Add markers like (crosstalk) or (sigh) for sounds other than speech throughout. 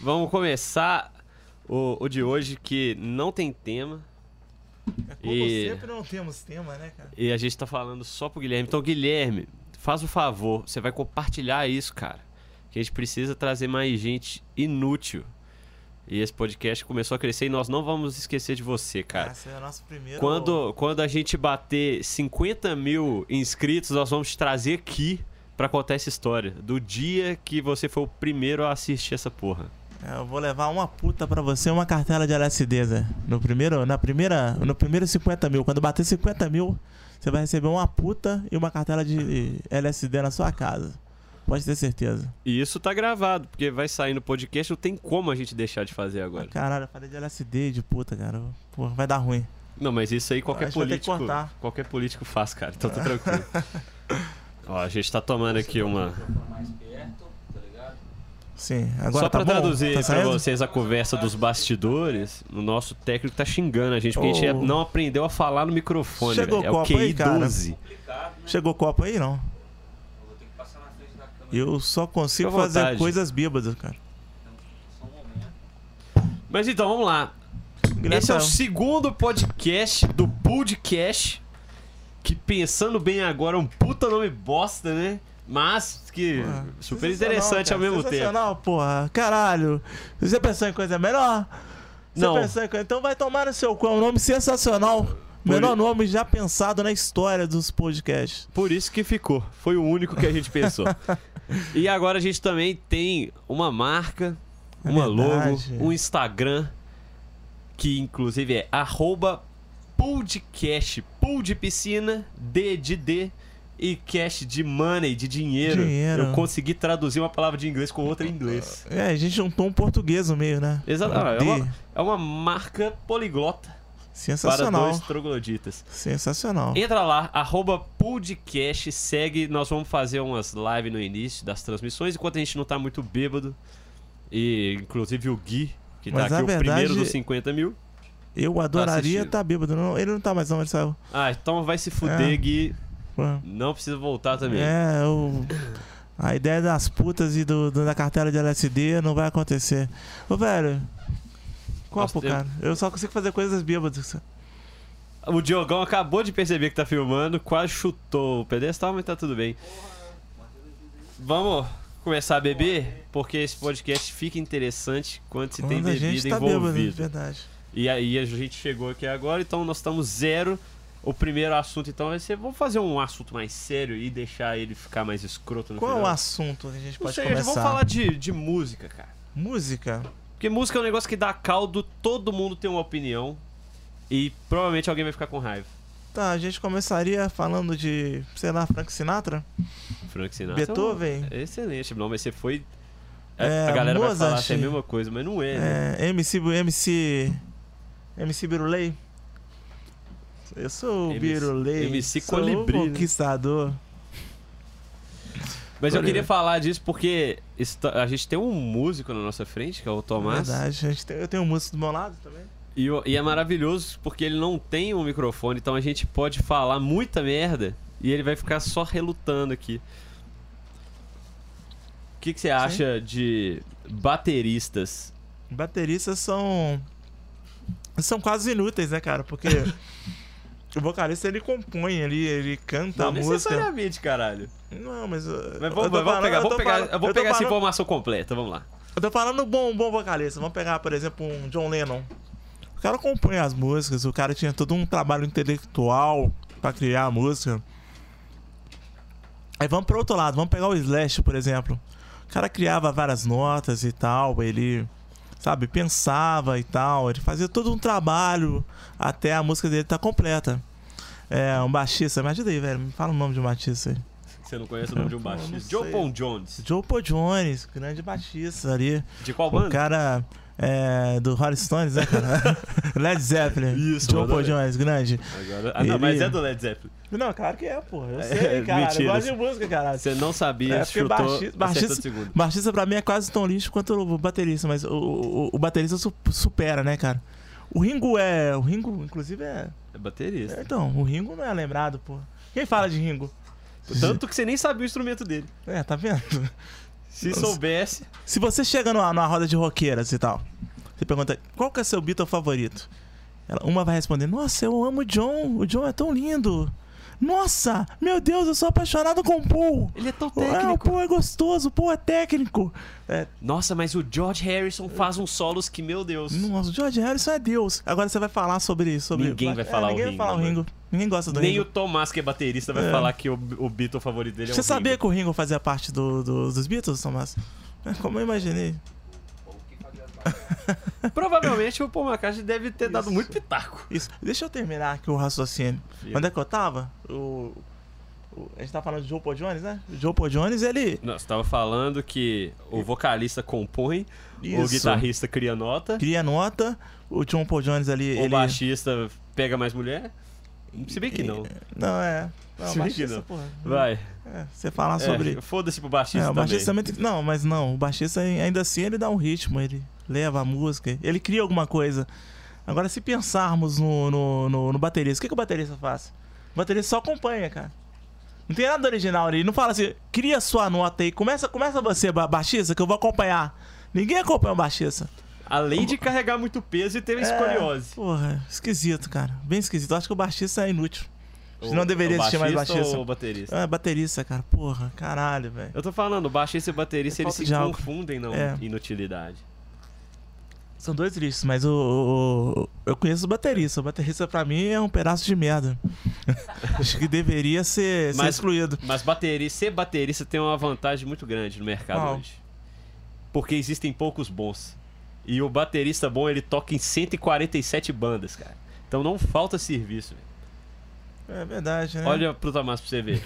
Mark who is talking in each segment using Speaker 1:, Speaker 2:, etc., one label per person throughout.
Speaker 1: Vamos começar o, o de hoje que não tem tema.
Speaker 2: É como
Speaker 1: E-
Speaker 2: sempre não temos tema, né, cara?
Speaker 1: E a gente tá falando só pro Guilherme. Então, Guilherme, faz o favor, você vai compartilhar isso, cara. Que a gente precisa trazer mais gente inútil. E esse podcast começou a crescer e nós não vamos esquecer de você, cara.
Speaker 2: Esse é o nosso primeiro.
Speaker 1: Quando, quando a gente bater 50 mil inscritos, nós vamos te trazer aqui pra contar essa história. Do dia que você foi o primeiro a assistir essa porra.
Speaker 2: É, eu vou levar uma puta pra você e uma cartela de LSD, Zé. No primeiro, na primeira, no primeiro 50 mil. Quando bater 50 mil, você vai receber uma puta e uma cartela de LSD na sua casa. Pode ter certeza.
Speaker 1: E isso tá gravado, porque vai sair no podcast, não tem como a gente deixar de fazer agora.
Speaker 2: Caralho, eu falei de LSD e de puta, cara. Porra, vai dar ruim.
Speaker 1: Não, mas isso aí
Speaker 2: Acho
Speaker 1: qualquer
Speaker 2: que vai ter que
Speaker 1: político.
Speaker 2: cortar. Ah.
Speaker 1: Qualquer político faz, cara. Então tá
Speaker 2: (laughs)
Speaker 1: tranquilo. Ó, a gente tá tomando aqui uma.
Speaker 2: Sim, agora
Speaker 1: Só
Speaker 2: tá
Speaker 1: pra
Speaker 2: bom?
Speaker 1: traduzir
Speaker 2: tá
Speaker 1: pra
Speaker 2: saindo?
Speaker 1: vocês a conversa dos bastidores, o nosso técnico tá xingando a gente, porque a gente
Speaker 2: Oh.
Speaker 1: não aprendeu a falar no microfone.
Speaker 2: Chegou
Speaker 1: velho. É o
Speaker 2: o copo aí, cara?
Speaker 1: QI12.
Speaker 2: Chegou o copo aí, não? Eu só consigo
Speaker 1: Fica à
Speaker 2: fazer
Speaker 1: vontade.
Speaker 2: coisas bêbadas, cara.
Speaker 1: Mas então, vamos lá.
Speaker 2: Guilherme
Speaker 1: Esse é o
Speaker 2: tá-
Speaker 1: segundo podcast do Podcast. Que pensando bem agora, é um puta nome bosta, né? Mas que
Speaker 2: Porra,
Speaker 1: super
Speaker 2: Ah, É. sensacional,
Speaker 1: interessante ao
Speaker 2: cara,
Speaker 1: mesmo tempo.
Speaker 2: Sensacional, porra. Caralho. Você pensou em coisa melhor? Você
Speaker 1: Não.
Speaker 2: pensou em coisa... Então vai tomar no seu cu. É um nome sensacional. Melhor
Speaker 1: i-
Speaker 2: nome já pensado na história dos podcasts.
Speaker 1: Por isso que ficou. Foi o único que a gente pensou. (laughs) e agora a gente também tem uma marca,
Speaker 2: É
Speaker 1: uma
Speaker 2: verdade.
Speaker 1: logo, um Instagram, que inclusive é arroba podcast, pool de piscina, D de D e cash de money, de dinheiro.
Speaker 2: Dinheiro.
Speaker 1: Eu consegui traduzir uma palavra de inglês com outra em inglês.
Speaker 2: É, a gente juntou um português no meio, né?
Speaker 1: Exato. É
Speaker 2: De-
Speaker 1: uma, é uma marca poliglota para
Speaker 2: Sensacional.
Speaker 1: dois trogloditas.
Speaker 2: Sensacional.
Speaker 1: Entra lá, arroba podcast, segue. Nós vamos fazer umas lives no início das transmissões, enquanto a gente não tá muito bêbado. E inclusive o Gui, que
Speaker 2: Mas
Speaker 1: tá
Speaker 2: a
Speaker 1: aqui o
Speaker 2: verdade-
Speaker 1: primeiro dos 50 mil.
Speaker 2: Eu adoraria
Speaker 1: assistindo.
Speaker 2: estar bêbado. Não, ele não tá mais, não. Ele saiu.
Speaker 1: Ah, então vai se fuder,
Speaker 2: É.
Speaker 1: Gui.
Speaker 2: Porra.
Speaker 1: Não precisa voltar também.
Speaker 2: É, eu... a ideia das putas e do, do- da cartela de LSD não vai acontecer. Ô, velho. Copo,
Speaker 1: Nossa, eu-
Speaker 2: cara. Eu só consigo fazer coisas bêbadas.
Speaker 1: O Diogão acabou de perceber que tá filmando, quase chutou o pedestal, mas tá tudo bem. Vamos começar a beber? Porque esse podcast fica interessante quando se tem
Speaker 2: Quando a
Speaker 1: bebida
Speaker 2: gente tá bêbado, é
Speaker 1: envolvida.
Speaker 2: verdade.
Speaker 1: E aí a gente chegou aqui agora, então nós estamos zero. O primeiro assunto, então, vai ser. Vamos fazer um assunto mais sério e deixar ele ficar mais escroto no
Speaker 2: Qual é o
Speaker 1: final.
Speaker 2: assunto que a gente
Speaker 1: Não
Speaker 2: pode
Speaker 1: sei,
Speaker 2: começar?
Speaker 1: vamos falar de, de música, cara.
Speaker 2: Música?
Speaker 1: Porque música é um negócio que dá caldo, todo mundo tem uma opinião. E provavelmente alguém vai ficar com raiva.
Speaker 2: Tá, a gente começaria falando de, sei lá, Frank Sinatra?
Speaker 1: Frank Sinatra. é um-
Speaker 2: Beethoven?
Speaker 1: é excelente, não, mas você foi.
Speaker 2: É,
Speaker 1: a galera vai falar
Speaker 2: Mozart.
Speaker 1: que é a mesma coisa, mas não é, né?
Speaker 2: É, MC... Bu- MC... MC Birulei? Eu sou o
Speaker 1: MC
Speaker 2: Birulei.
Speaker 1: MC
Speaker 2: sou
Speaker 1: Colibri,
Speaker 2: o
Speaker 1: né?
Speaker 2: conquistador.
Speaker 1: Mas eu
Speaker 2: Por
Speaker 1: queria
Speaker 2: aí.
Speaker 1: falar disso porque está- a gente tem um músico na nossa frente, que é o Tomás.
Speaker 2: Verdade, a gente tem- eu tenho um músico do meu lado também.
Speaker 1: E, o- e é maravilhoso porque ele não tem um microfone, então a gente pode falar muita merda e ele vai ficar só relutando aqui. O que, que você acha de bateristas?
Speaker 2: Bateristas são. São quase inúteis, né, cara?
Speaker 1: (laughs)
Speaker 2: Porque o vocalista ele compõe ali, ele canta a
Speaker 1: é
Speaker 2: música.
Speaker 1: necessariamente, caralho.
Speaker 2: Não, mas. eu-
Speaker 1: Mas
Speaker 2: eu
Speaker 1: vamos,
Speaker 2: tô
Speaker 1: vamos pegar,
Speaker 2: eu
Speaker 1: vamos
Speaker 2: tô
Speaker 1: pegar,
Speaker 2: falando-
Speaker 1: eu vou
Speaker 2: eu tô
Speaker 1: pegar essa
Speaker 2: falando-
Speaker 1: informação completa, vamos lá.
Speaker 2: Eu tô falando bom, bom vocalista. Vamos pegar, por exemplo, um John Lennon. O cara compõe as músicas, o cara tinha todo um trabalho intelectual pra criar a música. Aí vamos pro outro lado, vamos pegar o Slash, por exemplo. O cara criava várias notas e tal, ele, sabe, pensava e tal, ele fazia todo um trabalho até a música dele tá completa. É, um baixista, me ajuda aí, velho, me fala o nome de um baixista aí.
Speaker 1: Você não conhece o nome de um baixista.
Speaker 2: não
Speaker 1: Joe
Speaker 2: sei.
Speaker 1: Paul Jones.
Speaker 2: Joe Paul Jones, grande baixista ali.
Speaker 1: De qual
Speaker 2: O
Speaker 1: banda?
Speaker 2: cara é, do Rolling Stones, né, (laughs) cara? Led Zeppelin.
Speaker 1: Isso,
Speaker 2: John
Speaker 1: mano.
Speaker 2: Paul Jones, grande.
Speaker 1: Agora- ah, não,
Speaker 2: Ele-
Speaker 1: mas é do Led Zeppelin.
Speaker 2: Não, claro que é, porra. Eu
Speaker 1: sei,
Speaker 2: (laughs)
Speaker 1: É, caralho. Eu mentira. gosto de
Speaker 2: música, caralho.
Speaker 1: Você não sabia,
Speaker 2: É, porque
Speaker 1: chutou,
Speaker 2: baixi-
Speaker 1: acertou
Speaker 2: baixista-
Speaker 1: de segundo.
Speaker 2: Baixista pra mim é quase tão lixo quanto o baterista, mas o, o, o baterista su- supera, né, cara? O Ringo é. O Ringo, inclusive, é.
Speaker 1: É baterista.
Speaker 2: é, Então, o Ringo não é lembrado, porra. Quem fala de Ringo?
Speaker 1: Tanto que você nem sabia o instrumento dele.
Speaker 2: É, tá vendo?
Speaker 1: Se soubesse.
Speaker 2: Se você chega numa, numa roda de roqueiras e tal, você pergunta qual que é seu Beatle favorito? Ela- uma vai responder: Nossa, eu amo o John, o John é tão lindo. Nossa, meu Deus, eu sou apaixonado com o Paul.
Speaker 1: Ele é tão
Speaker 2: Ah, o
Speaker 1: técnico.
Speaker 2: Paul é gostoso, o Paul é técnico. É,
Speaker 1: Nossa, mas o George Harrison faz uns solos que, meu Deus.
Speaker 2: nossa, o George Harrison é Deus. Agora você vai falar sobre. sobre
Speaker 1: Ninguém vai
Speaker 2: É,
Speaker 1: falar o
Speaker 2: ninguém
Speaker 1: Ringo,
Speaker 2: vai falar o
Speaker 1: mano.
Speaker 2: Ringo. Ninguém gosta do
Speaker 1: Nem o
Speaker 2: Ringo.
Speaker 1: Tomás, que é baterista, vai
Speaker 2: É.
Speaker 1: falar que o, o Beatle favorito dele é
Speaker 2: Você
Speaker 1: o
Speaker 2: sabia
Speaker 1: Ringo.
Speaker 2: que o Ringo fazia parte do- do- dos Beatles, Tomás? É, Como eu imaginei.
Speaker 1: Provavelmente o Paul McCartney deve ter dado muito pitaco.
Speaker 2: Isso. Deixa eu terminar aqui o raciocínio.
Speaker 1: Fica.
Speaker 2: Onde é que eu tava? O, o- a gente tá falando de Joe Paul Jones, né? O Joe Paul Jones, ele.
Speaker 1: Não, você tava falando que o vocalista compõe, o
Speaker 2: Isso.
Speaker 1: guitarrista cria nota,
Speaker 2: Cria nota, o John Paul Jones ali.
Speaker 1: o
Speaker 2: ele...
Speaker 1: baixista pega mais mulher. Se bem que não.
Speaker 2: Não, é. Não,
Speaker 1: Se bem que
Speaker 2: baixista,
Speaker 1: não.
Speaker 2: porra.
Speaker 1: Vai.
Speaker 2: É, você falar
Speaker 1: É,
Speaker 2: sobre.
Speaker 1: Foda-se pro
Speaker 2: É,
Speaker 1: baixista
Speaker 2: o
Speaker 1: também.
Speaker 2: baixista também. tem- Não, mas não. O baixista, ainda assim, ele dá um ritmo, ele leva a música, ele cria alguma coisa. Agora, se pensarmos no, no, no, no baterista, o que, que o baterista faz? O baterista só acompanha, cara. Não tem nada original ali. Ele Não fala assim, cria sua nota aí. Começa, começa você, ba- baixista, que eu vou acompanhar. Ninguém acompanha o baixista.
Speaker 1: Além de carregar muito peso e ter
Speaker 2: É,
Speaker 1: escoliose.
Speaker 2: porra, esquisito, cara. Bem esquisito. Eu acho que o baixista é inútil.
Speaker 1: O-
Speaker 2: Não deveria
Speaker 1: o
Speaker 2: se chamar de baixista.
Speaker 1: Ou o baterista.
Speaker 2: Ah, baterista, cara. Porra, caralho, velho.
Speaker 1: Eu tô falando, o baixista e o baterista,
Speaker 2: É
Speaker 1: eles
Speaker 2: falta
Speaker 1: se
Speaker 2: de algo.
Speaker 1: confundem na
Speaker 2: É.
Speaker 1: inutilidade.
Speaker 2: São dois listos, mas o, o- o- eu conheço o baterista. O baterista pra mim é um pedaço de merda. (laughs) Acho que deveria ser, ser
Speaker 1: Mas-
Speaker 2: excluído.
Speaker 1: Mas bateria, ser baterista tem uma vantagem muito grande no mercado
Speaker 2: Qual?
Speaker 1: hoje. Porque existem poucos bons. E o baterista bom, ele toca em 147 bandas, cara. Então não falta serviço. velho.
Speaker 2: É verdade, né?
Speaker 1: Olha pro Tomás pra você
Speaker 2: (laughs)
Speaker 1: ver.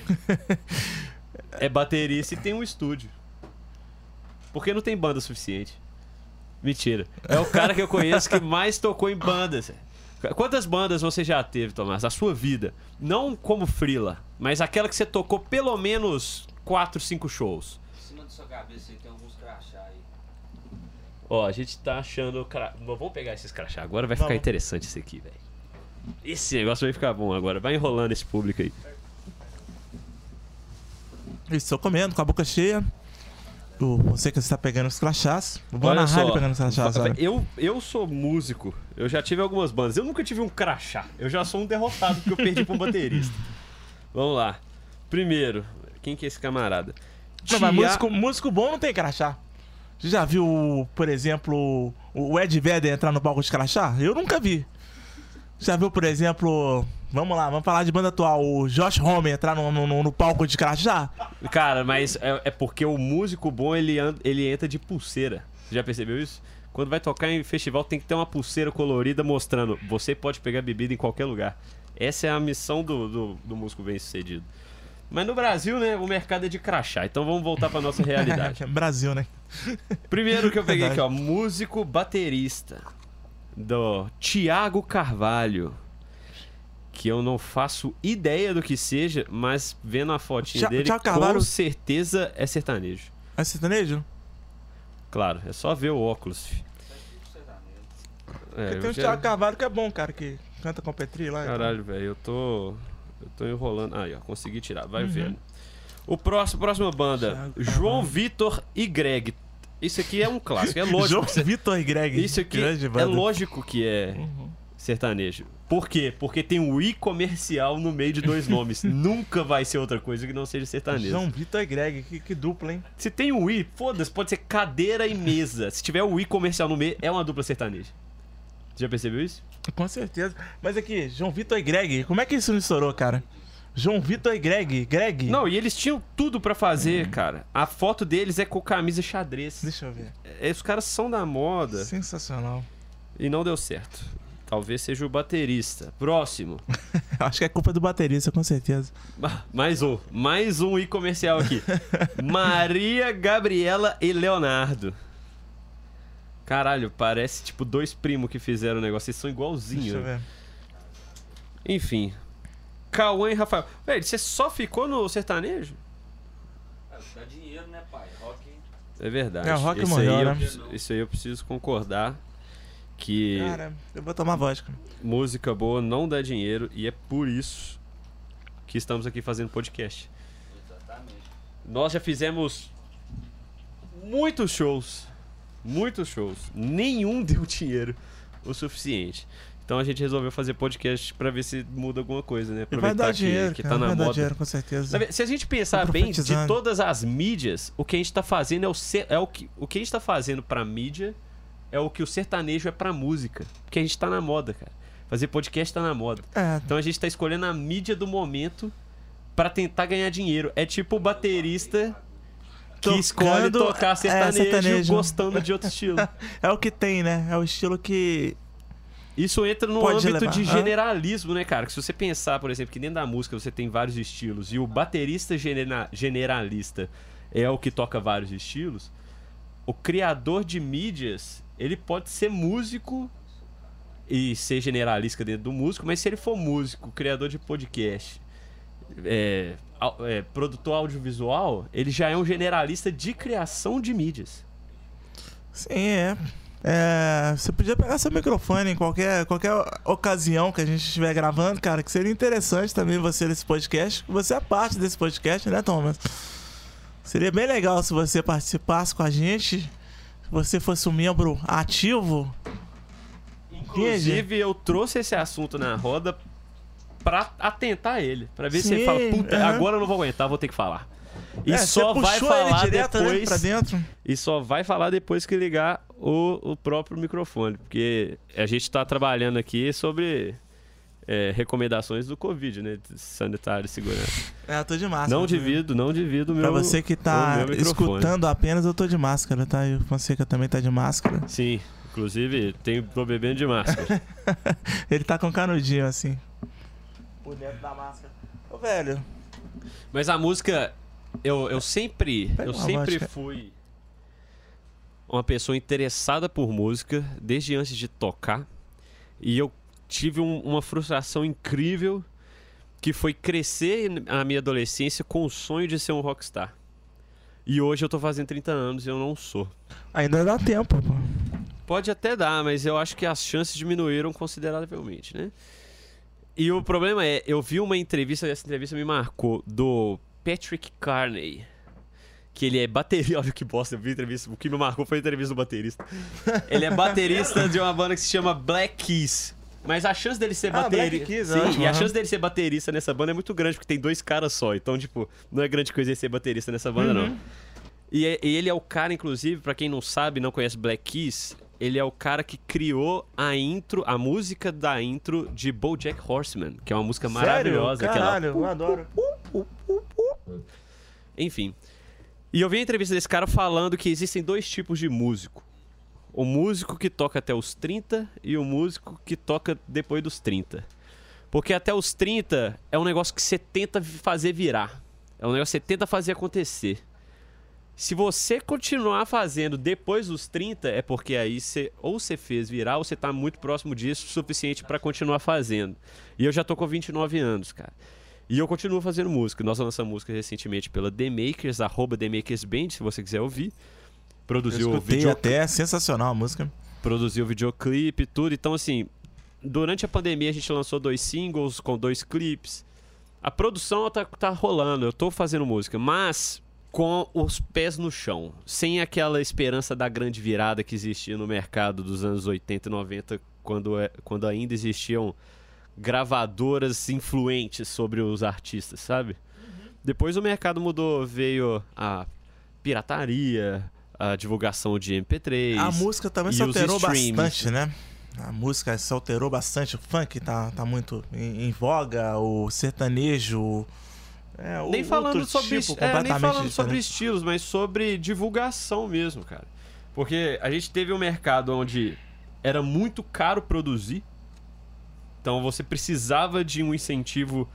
Speaker 1: é baterista e tem um estúdio. Porque não tem banda suficiente. Mentira. É o cara que eu conheço que mais tocou em bandas. velho. Quantas bandas você já teve, Tomás, na sua vida? Não como frila, mas aquela que você tocou pelo menos 4, 5 shows.
Speaker 3: Em cima da sua cabeça aí tem alguns crachá aí.
Speaker 1: Ó, a gente tá achando. Cra... Mas Vamos pegar esses crachá agora, vai ficar
Speaker 2: Vamos.
Speaker 1: interessante isso aqui, velho. Esse negócio vai ficar bom agora. Vai enrolando esse público aí.
Speaker 2: Estou comendo com a boca cheia. O, você que está pegando os crachás. Vou
Speaker 1: Olha
Speaker 2: na
Speaker 1: só,
Speaker 2: rádio pegando os crachás.
Speaker 1: va-
Speaker 2: olha.
Speaker 1: Eu, eu sou músico, eu já tive algumas bandas. Eu nunca tive um crachá. Eu já sou um derrotado porque eu perdi pra um baterista. Vamos lá. Primeiro, quem que é esse camarada?
Speaker 2: Não, mas
Speaker 1: Tia-
Speaker 2: músico, músico bom não tem crachá. Você já viu, por exemplo, o Ed Vedder entrar no palco de crachá? Eu nunca vi. Já viu, por exemplo, vamos lá, vamos falar de banda atual, o Josh Homme entrar no, no- no- no palco de crachá?
Speaker 1: Cara, mas é, é porque o músico bom ele, an- ele entra de pulseira. Você já percebeu isso? Quando vai tocar em festival tem que ter uma pulseira colorida mostrando você pode pegar bebida em qualquer lugar. Essa é a missão do, do, do músico bem sucedido. Mas no Brasil, né, o mercado é de crachá. Então vamos voltar pra nossa realidade.
Speaker 2: (laughs) Brasil, né?
Speaker 1: Primeiro que eu peguei aqui,
Speaker 2: Verdade.
Speaker 1: ó, músico baterista do Tiago Carvalho, que eu não faço ideia do que seja, mas vendo a fotinha
Speaker 2: Thi-
Speaker 1: dele,
Speaker 2: Thiago
Speaker 1: com
Speaker 2: Carvalho-
Speaker 1: certeza é sertanejo.
Speaker 2: É sertanejo?
Speaker 1: Claro, é só ver o óculos. fi. É,
Speaker 2: Porque
Speaker 1: eu
Speaker 2: tem o
Speaker 1: já-
Speaker 2: Thiago Carvalho que é bom, cara, que canta com o Petri lá. então.
Speaker 1: Caralho, velho, eu tô eu tô enrolando. Aí, ó, consegui tirar, vai vendo. O próximo, próxima banda,
Speaker 2: Uhum. Thiago
Speaker 1: João Vitor e Greg. Isso aqui é um clássico,
Speaker 2: (laughs)
Speaker 1: é lógico.
Speaker 2: João
Speaker 1: que você-
Speaker 2: Vitor e Greg.
Speaker 1: Isso aqui
Speaker 2: grande
Speaker 1: é
Speaker 2: banda.
Speaker 1: lógico que é sertanejo. Por quê? Porque tem um i comercial no meio de dois nomes. Nunca vai ser outra coisa que não seja sertanejo.
Speaker 2: João Vitor e Greg, que, que dupla, hein?
Speaker 1: Se tem um i, foda-se, pode ser cadeira e mesa. Se tiver o i comercial no meio, é uma dupla sertaneja. Você já percebeu isso?
Speaker 2: Com certeza. Mas aqui, João Vitor e Greg, como é que isso não estourou, cara? João Vitor e Greg, Greg.
Speaker 1: Não, e eles tinham tudo pra fazer, cara. A foto deles é com camisa xadrez.
Speaker 2: Deixa eu ver.
Speaker 1: É, os caras são da moda
Speaker 2: Sensacional.
Speaker 1: e não deu certo. Talvez seja o baterista. Próximo.
Speaker 2: Acho que é culpa do baterista, com certeza.
Speaker 1: Ah, Mais um, mais um e comercial
Speaker 2: (laughs)
Speaker 1: aqui. Maria, Gabriela e Leonardo. Caralho, parece tipo dois primos que fizeram o negócio. Eles são
Speaker 2: Deixa eu
Speaker 1: igualzinhos. né?
Speaker 2: ver.
Speaker 1: Enfim. Cauã e Rafael. Velho, você só ficou no sertanejo?
Speaker 4: Ah,
Speaker 3: É, dá dinheiro, né, pai? Rock.
Speaker 1: É verdade.
Speaker 2: É, o rock
Speaker 1: isso,
Speaker 2: morreu,
Speaker 1: aí eu,
Speaker 2: né?
Speaker 1: preciso- isso aí eu preciso concordar. Que
Speaker 2: Cara, eu vou tomar vodka.
Speaker 1: música boa não dá dinheiro e é por isso que estamos aqui fazendo podcast.
Speaker 3: Exatamente.
Speaker 1: Nós já fizemos muitos shows. Muitos shows. Nenhum (laughs) deu dinheiro o suficiente. Então a gente resolveu fazer podcast pra ver se muda alguma coisa, né?
Speaker 2: E vai
Speaker 1: Aproveitar
Speaker 2: dar
Speaker 1: que,
Speaker 2: dinheiro,
Speaker 1: que
Speaker 2: cara,
Speaker 1: tá na
Speaker 2: vai dar
Speaker 1: moda.
Speaker 2: dinheiro, com certeza.
Speaker 1: Na ve- Se a gente pensar
Speaker 2: Tô
Speaker 1: bem, de
Speaker 2: profetizando.
Speaker 1: todas as mídias, o que a gente tá fazendo é o ser, é o que o que a gente tá fazendo pra mídia é o que o sertanejo é pra música, porque a gente tá na moda, cara. Fazer podcast tá na moda.
Speaker 2: É,
Speaker 1: Então a gente tá escolhendo a mídia do momento pra tentar ganhar dinheiro. É tipo o baterista que
Speaker 2: Tocando-
Speaker 1: escolhe
Speaker 2: é,
Speaker 1: tocar sertanejo,
Speaker 2: sertanejo.
Speaker 1: gostando de outro
Speaker 2: (laughs)
Speaker 1: estilo.
Speaker 2: é o que tem, né? É o estilo que.
Speaker 1: Isso entra no
Speaker 2: Pode
Speaker 1: âmbito
Speaker 2: levar,
Speaker 1: de
Speaker 2: hã?
Speaker 1: generalismo, né, cara? Que se você pensar, por exemplo, que dentro da música você tem vários estilos e o baterista genera- generalista é o que toca vários estilos, o criador de mídias, ele pode ser músico e ser generalista dentro do músico, mas se ele for músico, criador de podcast, é, au- é, produtor audiovisual, ele já é um generalista de criação de mídias.
Speaker 2: Sim, é. É, Você podia pegar seu microfone em qualquer, qualquer ocasião que a gente estiver gravando, cara, que seria interessante também você nesse podcast. Você é parte desse podcast, né, Thomas? Seria bem legal se você participasse com a gente, se você fosse um membro ativo.
Speaker 1: Inclusive, eu trouxe esse assunto na roda pra atentar ele. Pra ver se
Speaker 2: Sim,
Speaker 1: ele fala, puta,
Speaker 2: aham.
Speaker 1: agora eu não vou aguentar, vou ter que falar. E
Speaker 2: É, você
Speaker 1: só vai
Speaker 2: puxou ele
Speaker 1: falar
Speaker 2: direto, né,
Speaker 1: depois.
Speaker 2: pra dentro.
Speaker 1: e só vai falar depois que ligar o, o próprio microfone. Porque a gente tá trabalhando aqui sobre. é, recomendações do Covid, né? de Sanitário e segurança.
Speaker 2: É, eu tô de máscara.
Speaker 1: não
Speaker 2: também.
Speaker 1: divido, não divido o meu.
Speaker 2: Pra você que tá
Speaker 1: o meu microfone.
Speaker 2: escutando apenas, eu tô de máscara, tá? E o Fonseca também tá de máscara.
Speaker 1: Sim, inclusive, tenho, tô bebendo de máscara.
Speaker 2: Ele tá com canudinho, assim. Por dentro da máscara. Ô, velho.
Speaker 1: Mas a música, eu, eu sempre,
Speaker 2: Pega
Speaker 1: eu
Speaker 2: uma
Speaker 1: sempre
Speaker 2: vodka.
Speaker 1: fui uma pessoa interessada por música desde antes de tocar. E eu tive um- uma frustração incrível que foi crescer na minha adolescência com o sonho de ser um rockstar. E hoje eu tô fazendo 30 anos e eu não sou.
Speaker 2: Ainda dá tempo, pô.
Speaker 1: Pode até dar, mas eu acho que as chances diminuíram consideravelmente, né? E o problema é, eu vi uma entrevista, essa entrevista me marcou, do Patrick Carney. Que ele é baterista. (laughs) Olha que bosta, eu vi a entrevista. O que me marcou foi a entrevista do baterista. Ele é baterista de uma banda que se chama Black Keys. Mas a chance dele ser
Speaker 2: Ah,
Speaker 1: baterista.
Speaker 2: Black Keys,
Speaker 1: Sim,
Speaker 2: ótimo,
Speaker 1: e a
Speaker 2: aham.
Speaker 1: chance dele ser baterista nessa banda é muito grande, porque tem dois caras só. Então, tipo, não é grande coisa ele ser baterista nessa banda,
Speaker 2: Uhum.
Speaker 1: não. E, é- e ele é o cara, inclusive, pra quem não sabe, não conhece Black Keys, ele é o cara que criou a intro, a música da intro de BoJack Horseman, que é uma música maravilhosa. é
Speaker 2: Sério?
Speaker 1: aquela-
Speaker 2: Caralho, eu adoro.
Speaker 1: Enfim. E eu vi a entrevista desse cara falando que existem dois tipos de músico. O músico que toca até os 30 e o músico que toca depois dos 30. Porque até os 30 é um negócio que você tenta vi- fazer virar. É um negócio que você tenta fazer acontecer. Se você continuar fazendo depois dos 30, é porque aí você ou você fez virar ou você tá muito próximo disso, o suficiente pra continuar fazendo. E eu já tô com 29 anos, cara. E eu continuo fazendo música. Nós lançamos música recentemente pela The Makers, arroba The Makers Band, se você quiser ouvir. Produziu
Speaker 2: Eu
Speaker 1: o
Speaker 2: escutei
Speaker 1: vídeo
Speaker 2: até, é sensacional a música.
Speaker 1: produziu videoclipe e tudo. Então, assim, durante a pandemia a gente lançou dois singles com dois clipes. A produção tá, tá rolando, eu tô fazendo música, mas com os pés no chão. Sem aquela esperança da grande virada que existia no mercado dos anos 80 e 90, quando, é- quando ainda existiam gravadoras influentes sobre os artistas, sabe? Depois o mercado mudou, veio a pirataria, a divulgação de MP3.
Speaker 2: A música também
Speaker 1: e
Speaker 2: se
Speaker 1: os
Speaker 2: alterou
Speaker 1: streams.
Speaker 2: bastante, né? A música se alterou bastante. O funk tá, tá muito em, em voga, o sertanejo. É, o
Speaker 1: nem falando
Speaker 2: outro
Speaker 1: sobre,
Speaker 2: tipo
Speaker 1: es- é, nem
Speaker 2: completamente
Speaker 1: falando
Speaker 2: diferente.
Speaker 1: sobre estilos, mas sobre divulgação mesmo, cara. Porque a gente teve um mercado onde era muito caro produzir, então você precisava de um incentivo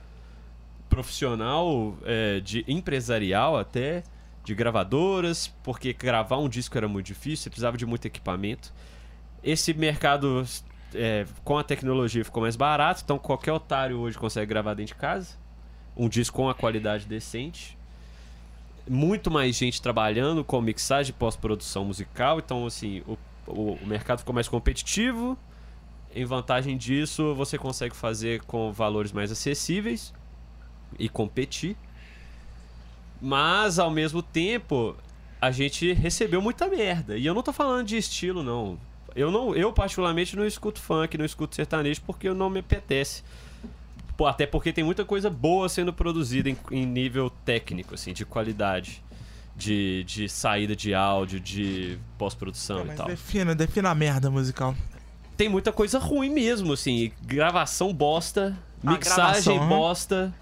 Speaker 1: profissional, é, de empresarial até, de gravadoras, porque gravar um disco era muito difícil, você precisava de muito equipamento. Esse mercado é, com a tecnologia ficou mais barato, então qualquer otário hoje consegue gravar dentro de casa um disco com a qualidade decente. Muito mais gente trabalhando com mixagem e pós-produção musical, então assim, o, o, o mercado ficou mais competitivo. Em vantagem disso, você consegue fazer com valores mais acessíveis e competir. Mas ao mesmo tempo, a a gente recebeu muita merda. E eu não tô falando de estilo, não. Eu, não, eu particularmente, não escuto funk, não escuto sertanejo, porque eu não me apetece. Pô, até porque tem muita coisa boa sendo produzida em, em nível técnico, assim, de qualidade. De, de saída de áudio, de pós-produção e
Speaker 2: mas
Speaker 1: tal.
Speaker 2: defina, defina a merda musical.
Speaker 1: Tem muita coisa ruim mesmo, assim. Gravação bosta,
Speaker 2: Ah,
Speaker 1: mixagem
Speaker 2: gravação, né?
Speaker 1: bosta.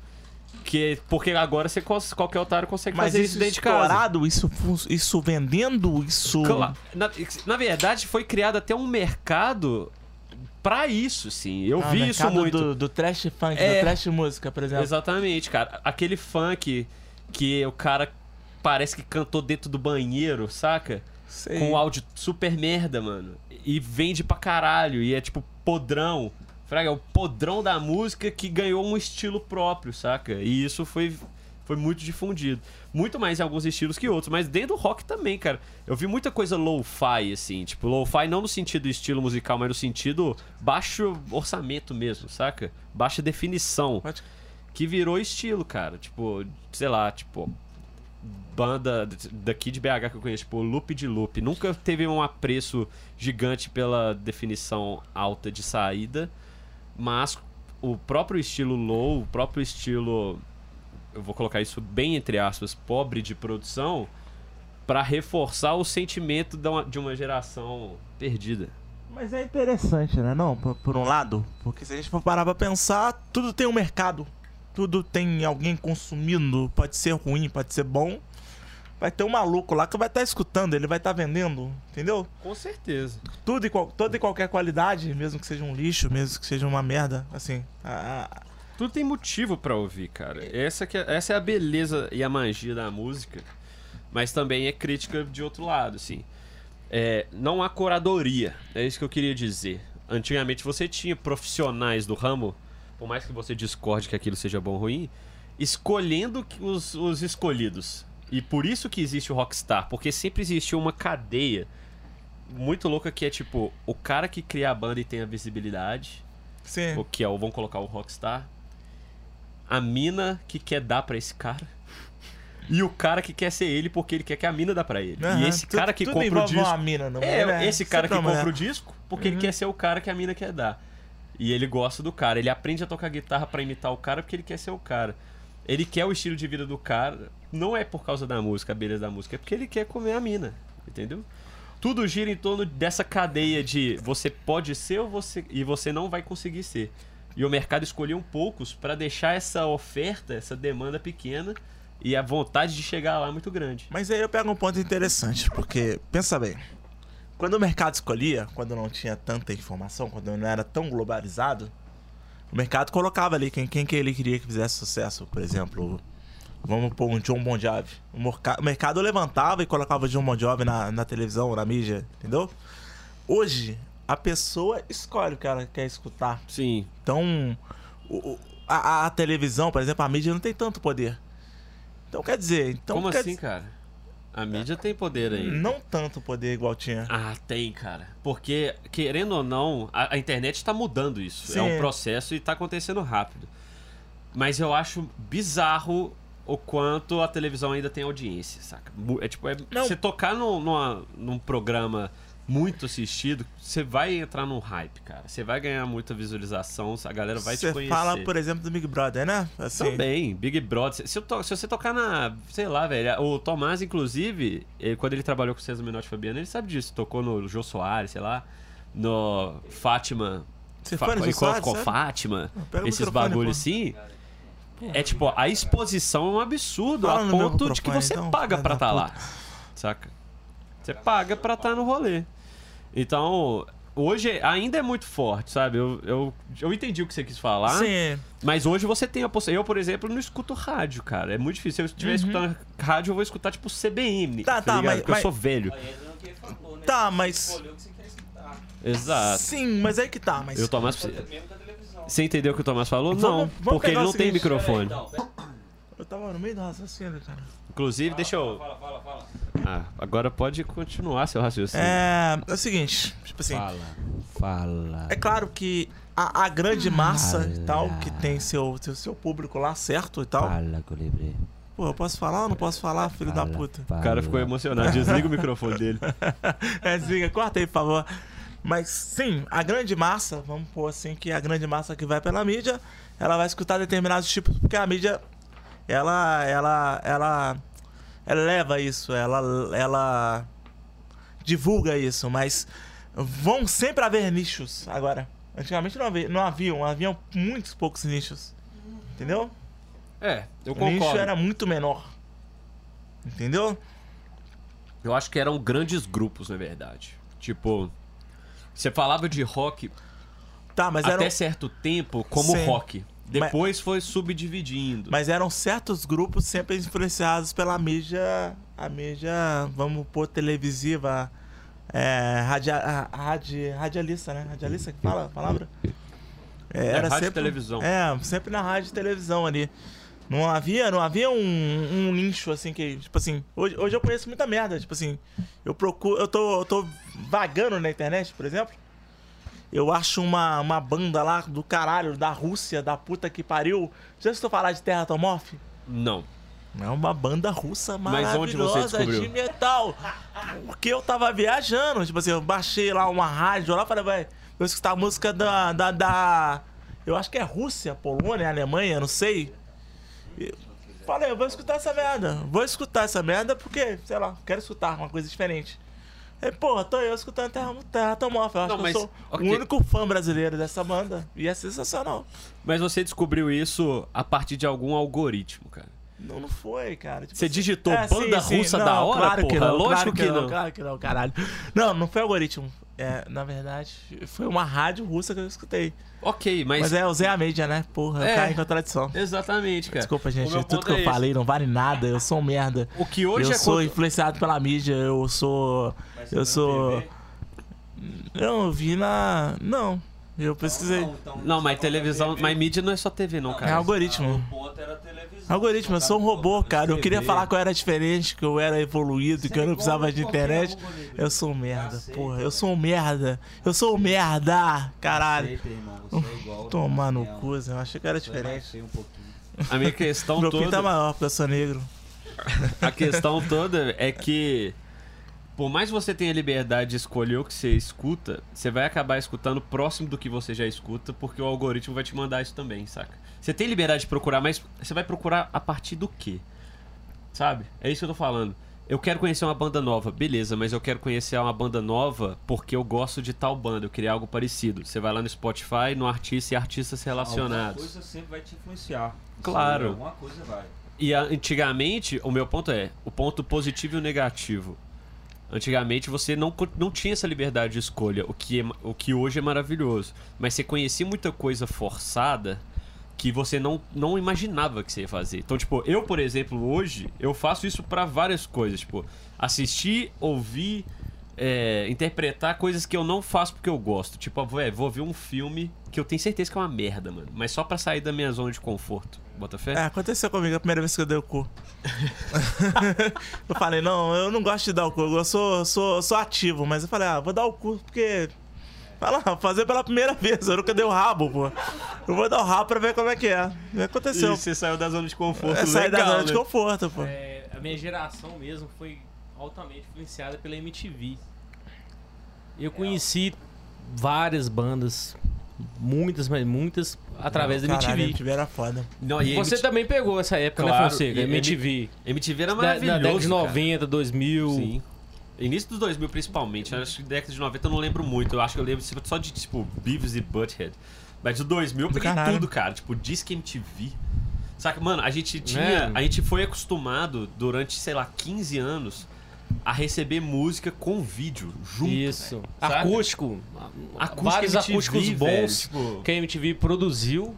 Speaker 1: Que, é porque agora você cons- qualquer otário consegue
Speaker 2: Mas
Speaker 1: fazer
Speaker 2: isso
Speaker 1: isso dentro de casa.
Speaker 2: estourado, isso, fun- isso vendendo, isso.
Speaker 1: Cla- Na, na verdade, foi criado até um mercado pra isso, sim. Eu
Speaker 2: Ah,
Speaker 1: vi isso
Speaker 2: mercado
Speaker 1: muito.
Speaker 2: Do, do trash funk,
Speaker 1: É.
Speaker 2: do trash música, por exemplo.
Speaker 1: Exatamente, cara. Aquele funk que o cara parece que cantou dentro do banheiro, saca?
Speaker 2: Sei.
Speaker 1: Com um áudio super merda, mano. E vende pra caralho. E é tipo podrão. Fraga, é o podrão da música que ganhou um estilo próprio, saca? E isso foi, foi muito difundido. Muito mais em alguns estilos que outros. Mas dentro do rock também, cara. Eu vi muita coisa low-fi, assim. Tipo, low-fi não no sentido estilo musical, mas no sentido baixo orçamento mesmo, saca? Baixa definição
Speaker 2: Pode-
Speaker 1: que virou estilo, cara. Tipo, sei lá, tipo. Banda daqui de BH que eu conheço, tipo, loop de loop. Nunca teve um apreço gigante pela definição alta de saída, mas o próprio estilo low, o próprio estilo. Eu vou colocar isso bem entre aspas, pobre de produção, pra reforçar o sentimento da uma- de uma geração perdida.
Speaker 2: Mas é interessante, né? Não, por, por um lado, porque se a gente for parar pra pensar, tudo tem um mercado. Tudo tem alguém consumindo. Pode ser ruim, pode ser bom. Vai ter um maluco lá que vai estar escutando, ele vai estar vendendo, entendeu?
Speaker 1: Com certeza.
Speaker 2: Tudo e qual- toda e qualquer qualidade, mesmo que seja um lixo, mesmo que seja uma merda, assim. a- a-
Speaker 1: Tudo tem motivo pra ouvir, cara. Essa, que é, essa é a beleza e a magia da música, mas também é crítica de outro lado, assim. É, não há curadoria, é isso que eu queria dizer. Antigamente você tinha profissionais do ramo, por mais que você discorde que aquilo seja bom ou ruim, escolhendo que- os, os escolhidos. E por isso que existe o Rockstar, porque sempre existiu uma cadeia muito louca que é tipo, o cara que cria a banda e tem a visibilidade,
Speaker 2: sim.
Speaker 1: o que é o vamos colocar o Rockstar, a mina que quer dar pra esse cara e o cara que quer ser ele porque ele quer que a mina dá pra ele. e
Speaker 2: Aham,
Speaker 1: esse
Speaker 2: tudo-
Speaker 1: cara que
Speaker 2: tudo
Speaker 1: compra o
Speaker 2: envolve
Speaker 1: disco,
Speaker 2: uma mina, não
Speaker 1: é,
Speaker 2: né?
Speaker 1: esse cara que
Speaker 2: Sempre uma
Speaker 1: compra o
Speaker 2: mulher. Uhum.
Speaker 1: disco porque ele quer ser o cara que a mina quer dar. E ele gosta do cara, ele aprende a tocar guitarra pra imitar o cara porque ele quer ser o cara. Ele quer o estilo de vida do cara, não é por causa da música, a beleza da música, é porque ele quer comer a mina, entendeu? Tudo gira em torno dessa cadeia de você pode ser ou você e você não vai conseguir ser. E o mercado escolheu um poucos pra deixar essa oferta, essa demanda pequena e a vontade de chegar lá é muito grande.
Speaker 2: Mas aí eu pego um ponto interessante, porque, pensa bem, quando o mercado escolhia, quando não tinha tanta informação, quando não era tão globalizado, o mercado colocava ali quem, quem que ele queria que fizesse sucesso, por exemplo. Vamos pôr um John Bon Jovi. O, morca- o mercado levantava e colocava o John Bon Jovi na, na televisão, na mídia, entendeu? Hoje, a pessoa escolhe o que ela quer escutar.
Speaker 1: Sim,
Speaker 2: Então, o- o- a, a televisão, por exemplo, a mídia não tem tanto poder. Então, quer dizer... Então,
Speaker 1: Como
Speaker 2: quer
Speaker 1: assim, cara? A mídia tem poder aí.
Speaker 2: não tanto poder igual tinha.
Speaker 1: Ah, tem, cara. Porque, querendo ou não, a, a internet tá mudando isso. É
Speaker 2: Sim.
Speaker 1: um processo e tá acontecendo rápido. Mas eu acho bizarro o quanto a televisão ainda tem audiência, saca? Mu- É tipo, é,
Speaker 2: Não.
Speaker 1: você tocar num- numa- num programa muito assistido, você vai entrar num hype, cara. Você vai ganhar muita visualização, a galera vai te
Speaker 2: Você
Speaker 1: conhecer.
Speaker 2: fala, por exemplo, do Big Brother, né? Assim,
Speaker 1: Também, Big Brother. Se, eu to- se você tocar na. Sei lá, velho. O Tomás, inclusive, ele- quando ele trabalhou com o César Menotti e Fabiano, ele sabe disso. Tocou no Jô Soares, sei lá. No Fátima.
Speaker 2: Você
Speaker 1: Fa-
Speaker 2: foi no Jô
Speaker 1: Enquanto
Speaker 2: Soares,
Speaker 1: com
Speaker 2: sério?
Speaker 1: Fátima.
Speaker 2: Ah, pega o
Speaker 1: Esses
Speaker 2: microfone,
Speaker 1: bagulhos
Speaker 2: pô.
Speaker 1: assim. É tipo, a exposição é um absurdo.
Speaker 2: Fala
Speaker 1: a
Speaker 2: no meu
Speaker 1: ponto de que
Speaker 2: microfone,
Speaker 1: você
Speaker 2: então,
Speaker 1: paga
Speaker 2: filha
Speaker 1: pra
Speaker 2: da
Speaker 1: estar tá lá.
Speaker 2: puta.
Speaker 1: Saca? Você paga pra estar tá no rolê. Então, hoje ainda é muito forte, sabe? Eu, eu, eu entendi o que você quis falar.
Speaker 2: Sim.
Speaker 1: Mas hoje você tem a possibilidade. Eu, por exemplo, não escuto rádio, cara. É muito difícil. Se eu estiver
Speaker 3: Uhum.
Speaker 1: escutando rádio, eu vou escutar, tipo, CBN.
Speaker 2: Tá, tá,
Speaker 1: ligado?
Speaker 2: mas-
Speaker 1: Porque
Speaker 2: mas-
Speaker 1: eu sou velho.
Speaker 3: Aí entra no que ele falou, né?
Speaker 2: Tá, mas-
Speaker 3: Você escolheu o que você quer escutar.
Speaker 1: Exato.
Speaker 2: Sim, mas aí que tá, mas.
Speaker 1: Eu, Tomás.
Speaker 3: Mesmo da televisão.
Speaker 1: Você entendeu o que o Tomás falou?
Speaker 2: Vamos-
Speaker 1: não,
Speaker 2: vamos
Speaker 1: porque ele
Speaker 2: pegar o
Speaker 1: não tem
Speaker 2: seguinte.
Speaker 1: microfone.
Speaker 3: Peraí, então, pera-
Speaker 2: Eu tava no meio do raciocínio, cara.
Speaker 1: Inclusive, deixa eu.
Speaker 3: Fala, fala, fala.
Speaker 1: Ah, agora pode continuar seu raciocínio.
Speaker 2: É. É o seguinte, tipo assim.
Speaker 1: Fala. Fala.
Speaker 2: É claro que a, a grande massa e tal, que tem seu, seu, seu público lá certo e tal,
Speaker 1: Fala, Colibre.
Speaker 2: Pô, eu posso falar ou não posso falar, filho da
Speaker 5: Fala,
Speaker 2: puta?
Speaker 1: O cara ficou
Speaker 5: fala.
Speaker 1: emocionado. Desliga o microfone dele.
Speaker 2: É, Ziga, corta aí, por favor. Mas sim, a grande massa, vamos pôr assim, que a grande massa que vai pela mídia, ela vai escutar determinados tipos, porque a mídia, ela, ela, ela, ela leva isso, ela, ela divulga isso, mas vão sempre haver nichos agora. Antigamente não havia, não haviam, haviam muitos poucos nichos, entendeu?
Speaker 1: É, eu
Speaker 2: O nicho
Speaker 1: concordo.
Speaker 2: era muito menor, entendeu?
Speaker 1: Eu acho que eram grandes grupos, na verdade. Tipo, você falava de rock
Speaker 2: Tá, mas
Speaker 1: até
Speaker 2: eram,
Speaker 1: certo tempo como
Speaker 2: Sim.
Speaker 1: rock. Depois foi subdividindo.
Speaker 2: Mas eram certos grupos sempre influenciados pela mídia, a mídia, vamos pôr, televisiva, é, radia, a- radi- radialista, né? Radialista que fala a palavra? É,
Speaker 1: É, rádio e televisão.
Speaker 2: É, sempre na rádio e televisão ali. Não havia, não havia um, um nicho assim que, tipo assim, hoje, hoje eu conheço muita merda, tipo assim, eu procuro, eu tô, eu tô vagando na internet, por exemplo, eu acho uma, uma banda lá do caralho, da Rússia, da puta que pariu. Já estou falar de Terra Tomorph?
Speaker 1: Não.
Speaker 2: É uma banda russa
Speaker 1: Mas onde você
Speaker 2: maravilhosa
Speaker 1: descobriu?
Speaker 2: de metal. Porque eu tava viajando, tipo assim, eu baixei lá uma rádio lá, falei, vai, vou escutar a música da, da, da- Eu acho que é Rússia, Polônia, Alemanha, não sei. E falei, eu vou escutar essa merda. Vou escutar essa merda porque, sei lá, quero escutar uma coisa diferente. E, porra, tô eu escutando Terra, Terra Tomorph. Eu acho
Speaker 1: Não,
Speaker 2: que
Speaker 1: mas-
Speaker 2: eu sou
Speaker 1: ok.
Speaker 2: o único fã brasileiro dessa banda. E é sensacional.
Speaker 1: Mas você descobriu isso a partir de algum algoritmo, cara.
Speaker 2: Não, não foi, cara. Tipo
Speaker 1: Você
Speaker 2: assim,
Speaker 1: digitou
Speaker 2: é, sim,
Speaker 1: banda
Speaker 2: sim.
Speaker 1: russa
Speaker 2: Não,
Speaker 1: da hora,
Speaker 2: claro que
Speaker 1: porra?
Speaker 2: não,
Speaker 1: Lógico
Speaker 2: claro
Speaker 1: que não.
Speaker 2: Claro que não, caralho. Não, não foi algoritmo. É, na verdade, foi uma rádio russa que eu escutei.
Speaker 1: Ok, mas.
Speaker 2: Mas é, usei a mídia, né? Porra,
Speaker 1: É.
Speaker 2: eu caí com a tradição.
Speaker 1: Exatamente, cara.
Speaker 2: Desculpa,
Speaker 1: O
Speaker 2: gente.
Speaker 1: meu
Speaker 2: Tudo
Speaker 1: ponto
Speaker 2: que
Speaker 1: é
Speaker 2: eu
Speaker 1: esse.
Speaker 2: falei não vale nada. Eu sou um merda.
Speaker 1: O que hoje
Speaker 2: eu
Speaker 1: é
Speaker 2: sou
Speaker 1: contra-
Speaker 2: influenciado pela mídia. Eu sou... Eu sou... Não, eu vi na... Não. Eu pesquisei.
Speaker 4: Então,
Speaker 1: Não, mas televisão. Mas mídia não é só TV, não,
Speaker 2: É
Speaker 1: cara.
Speaker 2: algoritmo. Algoritmo, eu sou um robô, cara. Eu queria falar que eu era diferente, que eu era evoluído, que eu não precisava de internet. Eu sou um merda, porra. Eu sou um merda. Eu sou um merda, caralho. Tomar no cu, Zé. eu achei que era diferente.
Speaker 4: um pouquinho.
Speaker 1: A minha questão
Speaker 2: (laughs) Meu
Speaker 1: toda.
Speaker 2: pinto é maior porque eu sou negro.
Speaker 1: A questão toda é que, por mais que você tenha liberdade de escolher o que você escuta, você vai acabar escutando próximo do que você já escuta, porque o algoritmo vai te mandar isso também, saca? Você tem liberdade de procurar, mas você vai procurar a partir do quê? Sabe? É isso que eu tô falando. Eu quero conhecer uma banda nova, beleza, mas eu quero conhecer uma banda nova porque eu gosto de tal banda, eu queria algo parecido. Você vai lá no Spotify, no artista e artistas
Speaker 4: Alguma
Speaker 1: relacionados.
Speaker 4: coisa sempre vai te influenciar. Isso
Speaker 1: Claro.
Speaker 4: aí, Alguma coisa vai.
Speaker 1: E a- antigamente, o meu ponto é, o ponto positivo e o negativo. Antigamente você não, co- não tinha essa liberdade de escolha, o que, é ma- o que hoje é maravilhoso. Mas você conhecia muita coisa forçada que você não, não imaginava que você ia fazer. Então, tipo, eu, por exemplo, hoje, eu faço isso pra várias coisas. Tipo, assistir, ouvir, é, interpretar coisas que eu não faço porque eu gosto. Tipo, ah, vou- é, vou ver um filme que eu tenho certeza que é uma merda, mano. Mas só pra sair da minha zona de conforto. Bota fé?
Speaker 2: É, aconteceu comigo a primeira vez que eu dei o cu. (laughs) eu falei, não, eu não gosto de dar o cu, eu sou, eu sou, eu sou ativo, mas eu falei, ah, vou dar o cu porque. Vai lá, fazer pela primeira (laughs) vez, eu nunca dei o rabo, pô. Eu vou dar o rabo pra ver como é que é. E aconteceu.
Speaker 1: E você saiu da zona de conforto.
Speaker 2: É sair da
Speaker 1: legal,
Speaker 2: zona
Speaker 1: né?
Speaker 2: de conforto, pô.
Speaker 6: É, a minha geração mesmo foi altamente influenciada pela MTV. Eu conheci várias bandas, muitas, mas muitas, através da
Speaker 2: Caralho,
Speaker 6: MTV.
Speaker 2: MTV era foda.
Speaker 1: Não, e
Speaker 6: Você
Speaker 1: MTV,
Speaker 6: também pegou essa época,
Speaker 1: Claro,
Speaker 6: né, Fonseca?
Speaker 1: e
Speaker 6: MTV.
Speaker 1: MTV era
Speaker 6: Da- Da,
Speaker 1: é maravilhoso.
Speaker 6: década de
Speaker 1: cara.
Speaker 6: 90, 2000.
Speaker 1: Sim. Início dos 2000, principalmente. Acho que década de 90 eu não lembro muito. Eu acho que eu lembro só de, tipo, Beavis e Butthead. Mas do 2000 eu
Speaker 2: Do
Speaker 1: peguei
Speaker 2: caralho.
Speaker 1: tudo, cara. Tipo, Disque MTV. Saca, mano, a gente tinha.
Speaker 6: É.
Speaker 1: A gente foi acostumado durante, sei lá, 15 anos a receber música com vídeo junto.
Speaker 6: Isso.
Speaker 1: velho. Sabe?
Speaker 6: Acústico.
Speaker 1: Acústica
Speaker 6: Vários
Speaker 1: MTV,
Speaker 6: acústicos bons
Speaker 1: velho, tipo,
Speaker 6: que a MTV produziu.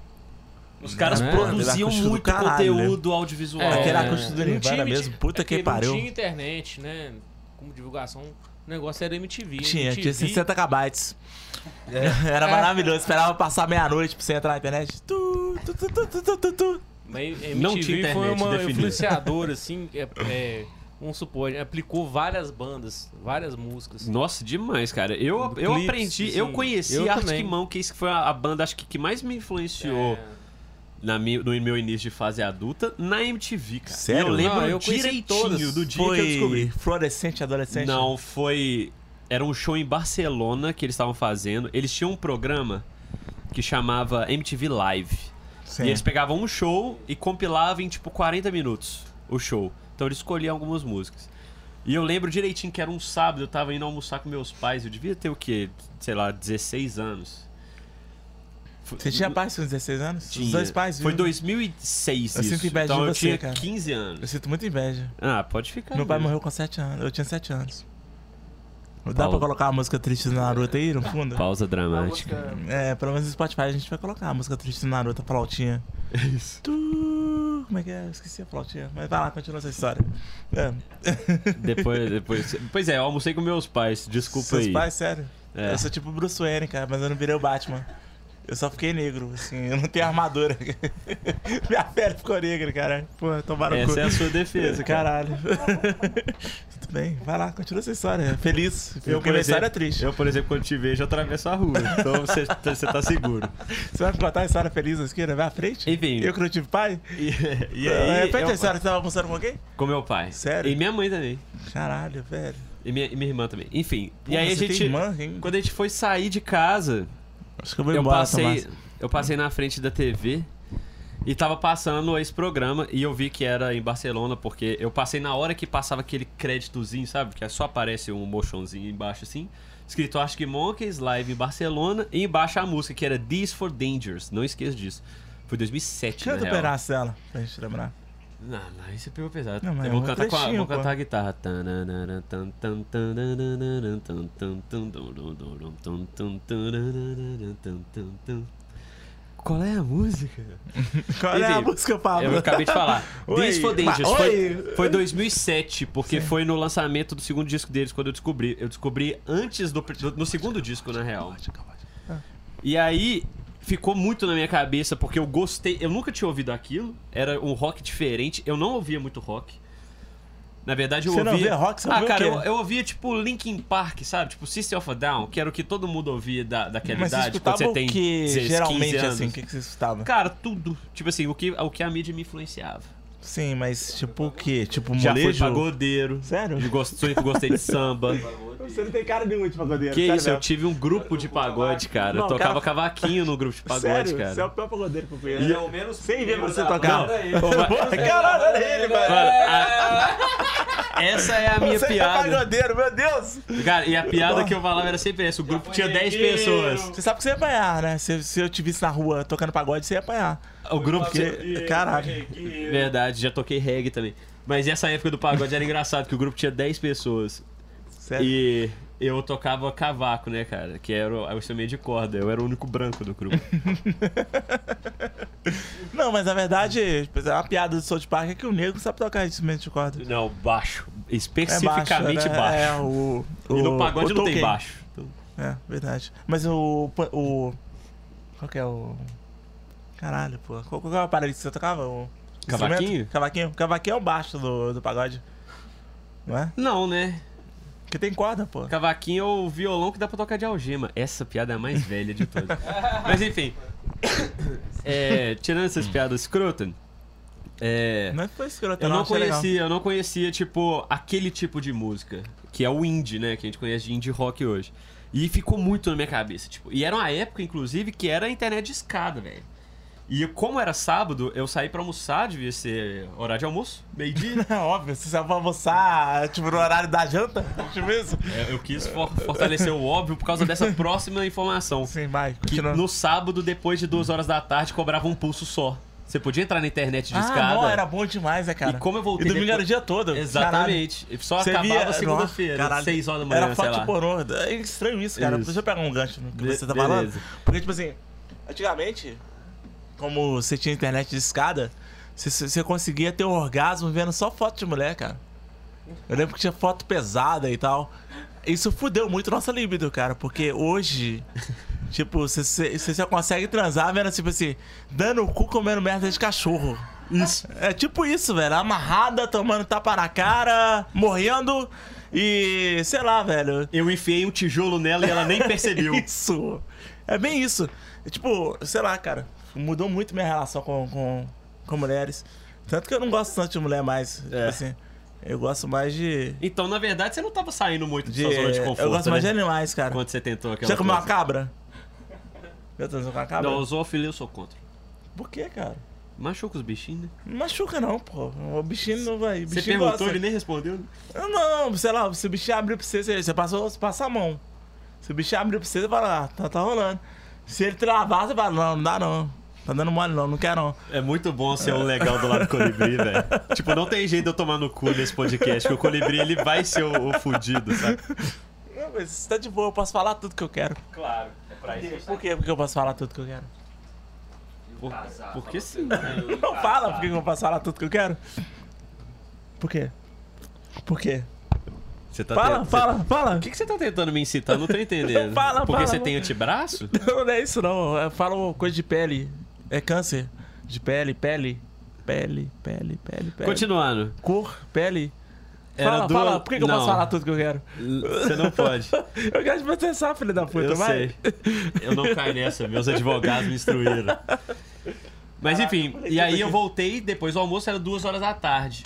Speaker 1: os caras
Speaker 6: Né?
Speaker 1: produziam
Speaker 2: Acústico do
Speaker 1: muito
Speaker 2: caralho, né?
Speaker 1: conteúdo audiovisual.
Speaker 6: É.
Speaker 2: Aquele
Speaker 1: velho.
Speaker 2: acústico do
Speaker 6: Não
Speaker 2: Nirvana
Speaker 6: tinha MTV,
Speaker 2: mesmo, puta
Speaker 6: é
Speaker 2: que
Speaker 6: não
Speaker 2: pariu.
Speaker 6: tinha internet, né? Como divulgação, o negócio era MTV.
Speaker 2: Tinha,
Speaker 6: MTV,
Speaker 2: tinha 60 kbytes.
Speaker 1: É.
Speaker 2: (laughs) Era maravilhoso, esperava passar meia-noite pra você entrar na internet. Tu, tu, tu, tu, tu, tu, tu, tu.
Speaker 6: Mas MTV
Speaker 1: Não tinha
Speaker 6: foi
Speaker 1: internet
Speaker 6: uma
Speaker 1: definida.
Speaker 6: influenciadora, assim, é, é, vamos supor, aplicou várias bandas, várias músicas.
Speaker 1: Nossa, demais, cara. Eu,
Speaker 6: Do
Speaker 1: eu
Speaker 6: clipes,
Speaker 1: aprendi,
Speaker 6: assim.
Speaker 1: eu conheci
Speaker 6: Eu
Speaker 1: Arctic
Speaker 6: também.
Speaker 1: É. Monkeys, que foi a, a banda acho que que mais me influenciou
Speaker 6: É,
Speaker 1: na mi- no meu início de fase adulta na MTV, cara.
Speaker 2: Sério?
Speaker 1: Eu lembro
Speaker 6: Não, eu conheci
Speaker 1: direitinho
Speaker 6: todas.
Speaker 1: do dia que eu
Speaker 2: Foi
Speaker 1: descobri.
Speaker 2: fluorescente, adolescente?
Speaker 1: Não, foi. Era um show em Barcelona que eles estavam fazendo. Eles tinham um programa que chamava MTV Live.
Speaker 2: Sim.
Speaker 1: E eles pegavam um show e compilavam em tipo 40 minutos o show. Então eles escolhiam algumas músicas. E eu lembro direitinho que era um sábado, eu tava indo almoçar com meus pais, eu devia ter o quê? Sei lá, 16 anos. Fu-
Speaker 2: Você tinha pais com 16 anos?
Speaker 1: Tinha.
Speaker 2: Os dois pais,
Speaker 1: Foi
Speaker 2: viu?
Speaker 1: 2006
Speaker 2: Eu
Speaker 1: isso.
Speaker 2: sinto inveja
Speaker 1: então
Speaker 2: de
Speaker 1: eu
Speaker 2: você,
Speaker 1: tinha
Speaker 2: cara.
Speaker 1: 15
Speaker 2: Eu
Speaker 1: anos.
Speaker 2: sinto muita inveja.
Speaker 1: Ah, pode ficar.
Speaker 2: Meu pai
Speaker 1: né?
Speaker 2: morreu com 7 anos. Eu tinha 7 anos. Dá
Speaker 1: Paulo.
Speaker 2: pra colocar a música triste do Naruto aí no fundo?
Speaker 1: Pausa dramática.
Speaker 5: música-
Speaker 2: É, pelo menos no Spotify a gente vai colocar a música triste do Naruto, a flautinha.
Speaker 1: É (laughs) isso.
Speaker 2: Tu... Como é que é? Eu esqueci a flautinha. Mas vai lá, continua essa história. É.
Speaker 1: Depois, depois. Pois é, eu almocei com meus pais, desculpa
Speaker 2: Seus
Speaker 1: aí.
Speaker 2: pais, sério?
Speaker 1: É.
Speaker 2: Eu sou tipo Bruce Wayne, cara, mas eu não virei o Batman. Eu só fiquei negro, assim, eu não tenho armadura. (laughs) Minha pele ficou negra, cara. Pô, tomaram
Speaker 1: Essa é a sua
Speaker 2: (laughs)
Speaker 1: defesa, cara.
Speaker 2: Caralho. Tudo bem, vai lá, continua essa história. Feliz.
Speaker 1: Eu,
Speaker 2: Porque
Speaker 1: por exemplo,
Speaker 2: minha história é triste.
Speaker 1: Eu, por exemplo, quando te vejo, atravesso a rua. Então você tá- você tá seguro.
Speaker 2: Você vai me contar uma história feliz na esquina? Vai à frente?
Speaker 1: Enfim.
Speaker 2: Eu que não tive pai?
Speaker 1: E, e
Speaker 2: de
Speaker 1: aí.
Speaker 2: repente a
Speaker 1: eu-
Speaker 2: história que você tava almoçando com alguém?
Speaker 1: com meu pai.
Speaker 2: Sério?
Speaker 1: E minha mãe também.
Speaker 2: Caralho, velho.
Speaker 1: E minha, e minha irmã também. Enfim. e
Speaker 2: Porra,
Speaker 1: aí a
Speaker 2: você tem
Speaker 1: gente.
Speaker 2: irmã, hein?
Speaker 1: Quando a gente foi sair de casa,
Speaker 2: Acho que eu vou
Speaker 1: eu
Speaker 2: embora,
Speaker 1: passei,
Speaker 2: Tomás.
Speaker 1: eu passei na frente da TV e tava passando esse programa e eu vi que era em Barcelona, porque eu passei na hora que passava aquele créditozinho, sabe? Que só aparece um mochãozinho embaixo assim. Escrito Acho que Monkeys, live em Barcelona, e embaixo a música, que era This for Dangers. Não esqueço disso. Foi 2007,
Speaker 2: Canta
Speaker 1: na
Speaker 2: um
Speaker 1: real.
Speaker 2: pedaço dela, pra gente lembrar.
Speaker 1: Não, não, isso é pegou pesado.
Speaker 2: Não, mas
Speaker 1: eu
Speaker 2: é
Speaker 1: vou
Speaker 2: um
Speaker 1: cantar, com a,
Speaker 2: trechinho,
Speaker 1: vou
Speaker 2: pô.
Speaker 1: cantar a guitarra. Tananana, tan, tan, tananana, tan, tan, tan, dum, dum, dum, dum, tan, tan, tananana, tan, tan, tan. Qual é a música?
Speaker 2: Qual é a
Speaker 1: Enfim,
Speaker 2: música, Pablo?
Speaker 1: Eu acabei de falar.
Speaker 2: (laughs) Oi,
Speaker 1: This for
Speaker 2: mas-
Speaker 1: Dangerous. Foi,
Speaker 2: oi.
Speaker 1: foi 2007, porque foi no lançamento do segundo disco deles quando eu descobri. Eu descobri antes do. do- No segundo disco, na real. E aí ficou muito na minha cabeça porque eu gostei, eu nunca tinha ouvido aquilo, era um rock diferente, eu não ouvia muito rock. Na verdade eu
Speaker 2: Você não
Speaker 1: ouvia
Speaker 2: ouvia rock? Você
Speaker 1: Ah,
Speaker 2: ouvia o
Speaker 1: cara,
Speaker 2: quê?
Speaker 1: eu, eu ouvia tipo Linkin Park, sabe? Tipo System of a Down, que era o que todo mundo ouvia da, daquela
Speaker 2: (laughs) Mas você
Speaker 1: idade, tipo, quando
Speaker 2: escutava
Speaker 1: você
Speaker 2: o
Speaker 1: tem
Speaker 2: que
Speaker 1: 16,
Speaker 2: geralmente,
Speaker 1: 15 anos.
Speaker 2: assim, o que, que você escutava?
Speaker 1: Cara, tudo, tipo assim, o que o que a mídia me influenciava.
Speaker 2: Sim, mas tipo o quê? Tipo
Speaker 1: Já
Speaker 2: molejo?
Speaker 1: fui pagodeiro.
Speaker 2: Sério?
Speaker 1: eu gost- sempre gostei de samba.
Speaker 2: (laughs) Então, Você não tem cara nenhuma de pagodeiro,
Speaker 1: que
Speaker 2: sério
Speaker 1: isso, eu
Speaker 2: mesmo.
Speaker 1: tive um grupo de pagode, cara. Eu
Speaker 2: Não,
Speaker 1: tocava
Speaker 2: cara-
Speaker 1: cavaquinho no grupo de pagode,
Speaker 2: Sério,
Speaker 1: cara.
Speaker 2: você é o pior pagodeiro que eu
Speaker 5: Ele é
Speaker 2: conheço.
Speaker 5: o menos
Speaker 2: Sem ver
Speaker 5: primeiro
Speaker 2: você
Speaker 5: da
Speaker 2: tocar.
Speaker 5: banda, ele
Speaker 4: (laughs)
Speaker 2: Caralho, olha
Speaker 4: né,
Speaker 2: ele, velho.
Speaker 1: Mano, a- (laughs) Essa é a minha
Speaker 2: Você é
Speaker 1: piada.
Speaker 2: pagodeiro, meu Deus!
Speaker 1: Cara, e a piada que eu falava era sempre essa. O grupo tinha 10 pessoas.
Speaker 2: Você sabe que você ia apanhar, né? Se, se eu te visse na rua tocando pagode, você ia apanhar.
Speaker 1: O grupo tinha...
Speaker 2: Porque, caralho.
Speaker 1: Verdade, já toquei reggae também. Mas essa época do pagode era engraçado, que o grupo tinha 10 pessoas.
Speaker 2: Sério.
Speaker 1: E eu tocava cavaco, né, cara? Que era o, o instrumento de corda. Eu era o único branco do grupo.
Speaker 2: Não, mas na verdade, a piada do South Park é que o negro sabe tocar instrumento de corda.
Speaker 1: Não, baixo.
Speaker 2: É
Speaker 1: Especificamente baixo.
Speaker 2: né? É, o,
Speaker 1: e
Speaker 2: o-
Speaker 1: no pagode
Speaker 2: o
Speaker 1: não tem
Speaker 2: Tolkien.
Speaker 1: baixo. Então,
Speaker 2: É, verdade. Mas o. o qual que é o. Caralho, pô. Qual, qual que é o aparelho que você tocava? O
Speaker 1: Cavaquinho?
Speaker 2: instrumento? Cavaquinho. Cavaquinho é o baixo do, do pagode. Não é?
Speaker 1: Não, né?
Speaker 2: Porque tem corda, pô.
Speaker 1: Cavaquinho é o violão que dá pra tocar de algema. Essa piada é a mais velha de todas. Mas enfim. (coughs) É, tirando essas piadas escrotas, é,
Speaker 2: Não é que foi escroto,
Speaker 1: eu não
Speaker 2: achei legal.
Speaker 1: conhecia, eu não conhecia, tipo, aquele tipo de música, que é o indie, né? Que a gente conhece de indie rock hoje. E ficou muito na minha cabeça, tipo. E era uma época, inclusive, que era a internet de escada, velho. E como era sábado, eu saí pra almoçar, devia ser horário de almoço,
Speaker 2: (laughs)
Speaker 1: meio-dia.
Speaker 2: (laughs) É óbvio, se você for almoçar, tipo, no horário da janta, (laughs) tipo isso.
Speaker 1: É, Eu quis for- fortalecer o óbvio por causa dessa próxima informação.
Speaker 2: Sim, vai,
Speaker 1: Que
Speaker 2: continua.
Speaker 1: no sábado, depois de duas horas da tarde, cobrava um pulso só. Você podia entrar na internet de
Speaker 2: Ah,
Speaker 1: escada.
Speaker 2: não, era bom demais, né, cara?
Speaker 1: E como eu
Speaker 2: E
Speaker 1: voltei.
Speaker 2: domingo era
Speaker 1: depois-
Speaker 2: o dia todo.
Speaker 1: Exatamente. Só
Speaker 2: Você
Speaker 1: acabava
Speaker 2: via-
Speaker 1: segunda-feira,
Speaker 2: Nossa,
Speaker 1: seis horas da manhã,
Speaker 2: Era
Speaker 1: sei
Speaker 2: forte
Speaker 1: lá.
Speaker 2: pornô. É estranho isso, cara.
Speaker 1: Isso.
Speaker 2: Deixa eu pegar um gancho no que
Speaker 1: Be-
Speaker 2: você tá
Speaker 1: beleza.
Speaker 2: falando. Porque, tipo assim, antigamente, como você tinha internet de escada, você, você conseguia ter um orgasmo vendo só foto de mulher, cara. Eu lembro que tinha foto pesada e tal. Isso fudeu muito nossa libido, cara.
Speaker 1: (laughs)
Speaker 2: Porque hoje, tipo, você- você você só consegue transar vendo, tipo assim, dando o cu comendo merda de cachorro. Isso. É tipo isso, velho. Amarrada, tomando tapa na cara, morrendo e sei lá, velho.
Speaker 1: Eu enfiei um
Speaker 2: (laughs)
Speaker 1: tijolo nela e ela nem percebeu.
Speaker 2: Isso. É bem isso. É tipo, sei lá, cara. mudou muito minha relação com, com, com mulheres. Tanto que eu não gosto tanto de mulher mais. Tipo
Speaker 1: É.
Speaker 2: assim, eu gosto mais de.
Speaker 1: (laughs) Então, na verdade, você não tava saindo muito de
Speaker 2: de
Speaker 1: sua zona de conforto,
Speaker 2: eu gosto mais de
Speaker 1: né?
Speaker 2: animais, cara.
Speaker 1: Quando você tentou aquela
Speaker 2: Já comeu uma
Speaker 1: coisa.
Speaker 2: cabra? Já transou com uma cabra?
Speaker 1: Não, zoofilia eu sou contra.
Speaker 2: Por que, cara?
Speaker 1: Machuca os bichinhos, né?
Speaker 2: Não machuca não, pô. O bichinho não vai. O
Speaker 1: Você
Speaker 2: bichinho
Speaker 1: perguntou,
Speaker 2: gosta.
Speaker 1: ele nem respondeu. né?
Speaker 2: Não, não, não, sei lá, se o bichinho abrir pra você, você, você passou, você passa a mão. Se o bichinho abrir pra você, você fala, ah, tá, tá rolando. Se ele travar, você fala, não, não dá não. Tá dando mole não, não quero não.
Speaker 1: É muito bom ser um legal do lado do Colibri, velho. Tipo, não tem jeito de eu tomar no cu nesse podcast, que o Colibri, ele vai ser o, o fudido, sabe?
Speaker 2: Não, mas você tá de boa, eu posso falar tudo que eu quero.
Speaker 1: Claro, é pra
Speaker 2: Por quê? Porque eu posso falar tudo que eu quero. (laughs)
Speaker 1: Por, porque sim, né?
Speaker 2: Não fala porque eu não posso falar tudo que eu quero. Por quê? Por quê?
Speaker 1: Você tá
Speaker 2: fala,
Speaker 1: tentando-
Speaker 2: fala, fala. (laughs)
Speaker 1: O que, que você tá tentando me incitar? Eu não tô entendendo.
Speaker 2: Fala,
Speaker 1: Porque
Speaker 2: fala,
Speaker 1: você
Speaker 2: fala.
Speaker 1: tem antebraço?
Speaker 2: Não, não é isso não. Eu falo coisa de pele. É câncer. De pele, pele. Pele, pele, pele, pele.
Speaker 1: Continuando.
Speaker 2: Cor, pele.
Speaker 1: Era
Speaker 2: fala,
Speaker 1: do-
Speaker 2: fala. Por que, que eu
Speaker 1: Não.
Speaker 2: posso falar tudo que eu quero?
Speaker 1: Você não pode.
Speaker 2: Eu quero te processar, filho da (laughs) puta,
Speaker 1: eu
Speaker 2: vai.
Speaker 1: sei. Eu não caio nessa, meus advogados me instruíram.
Speaker 2: Ah,
Speaker 1: Mas enfim,
Speaker 2: tipo
Speaker 1: e aí
Speaker 2: assim.
Speaker 1: eu voltei, depois do almoço era duas horas da tarde.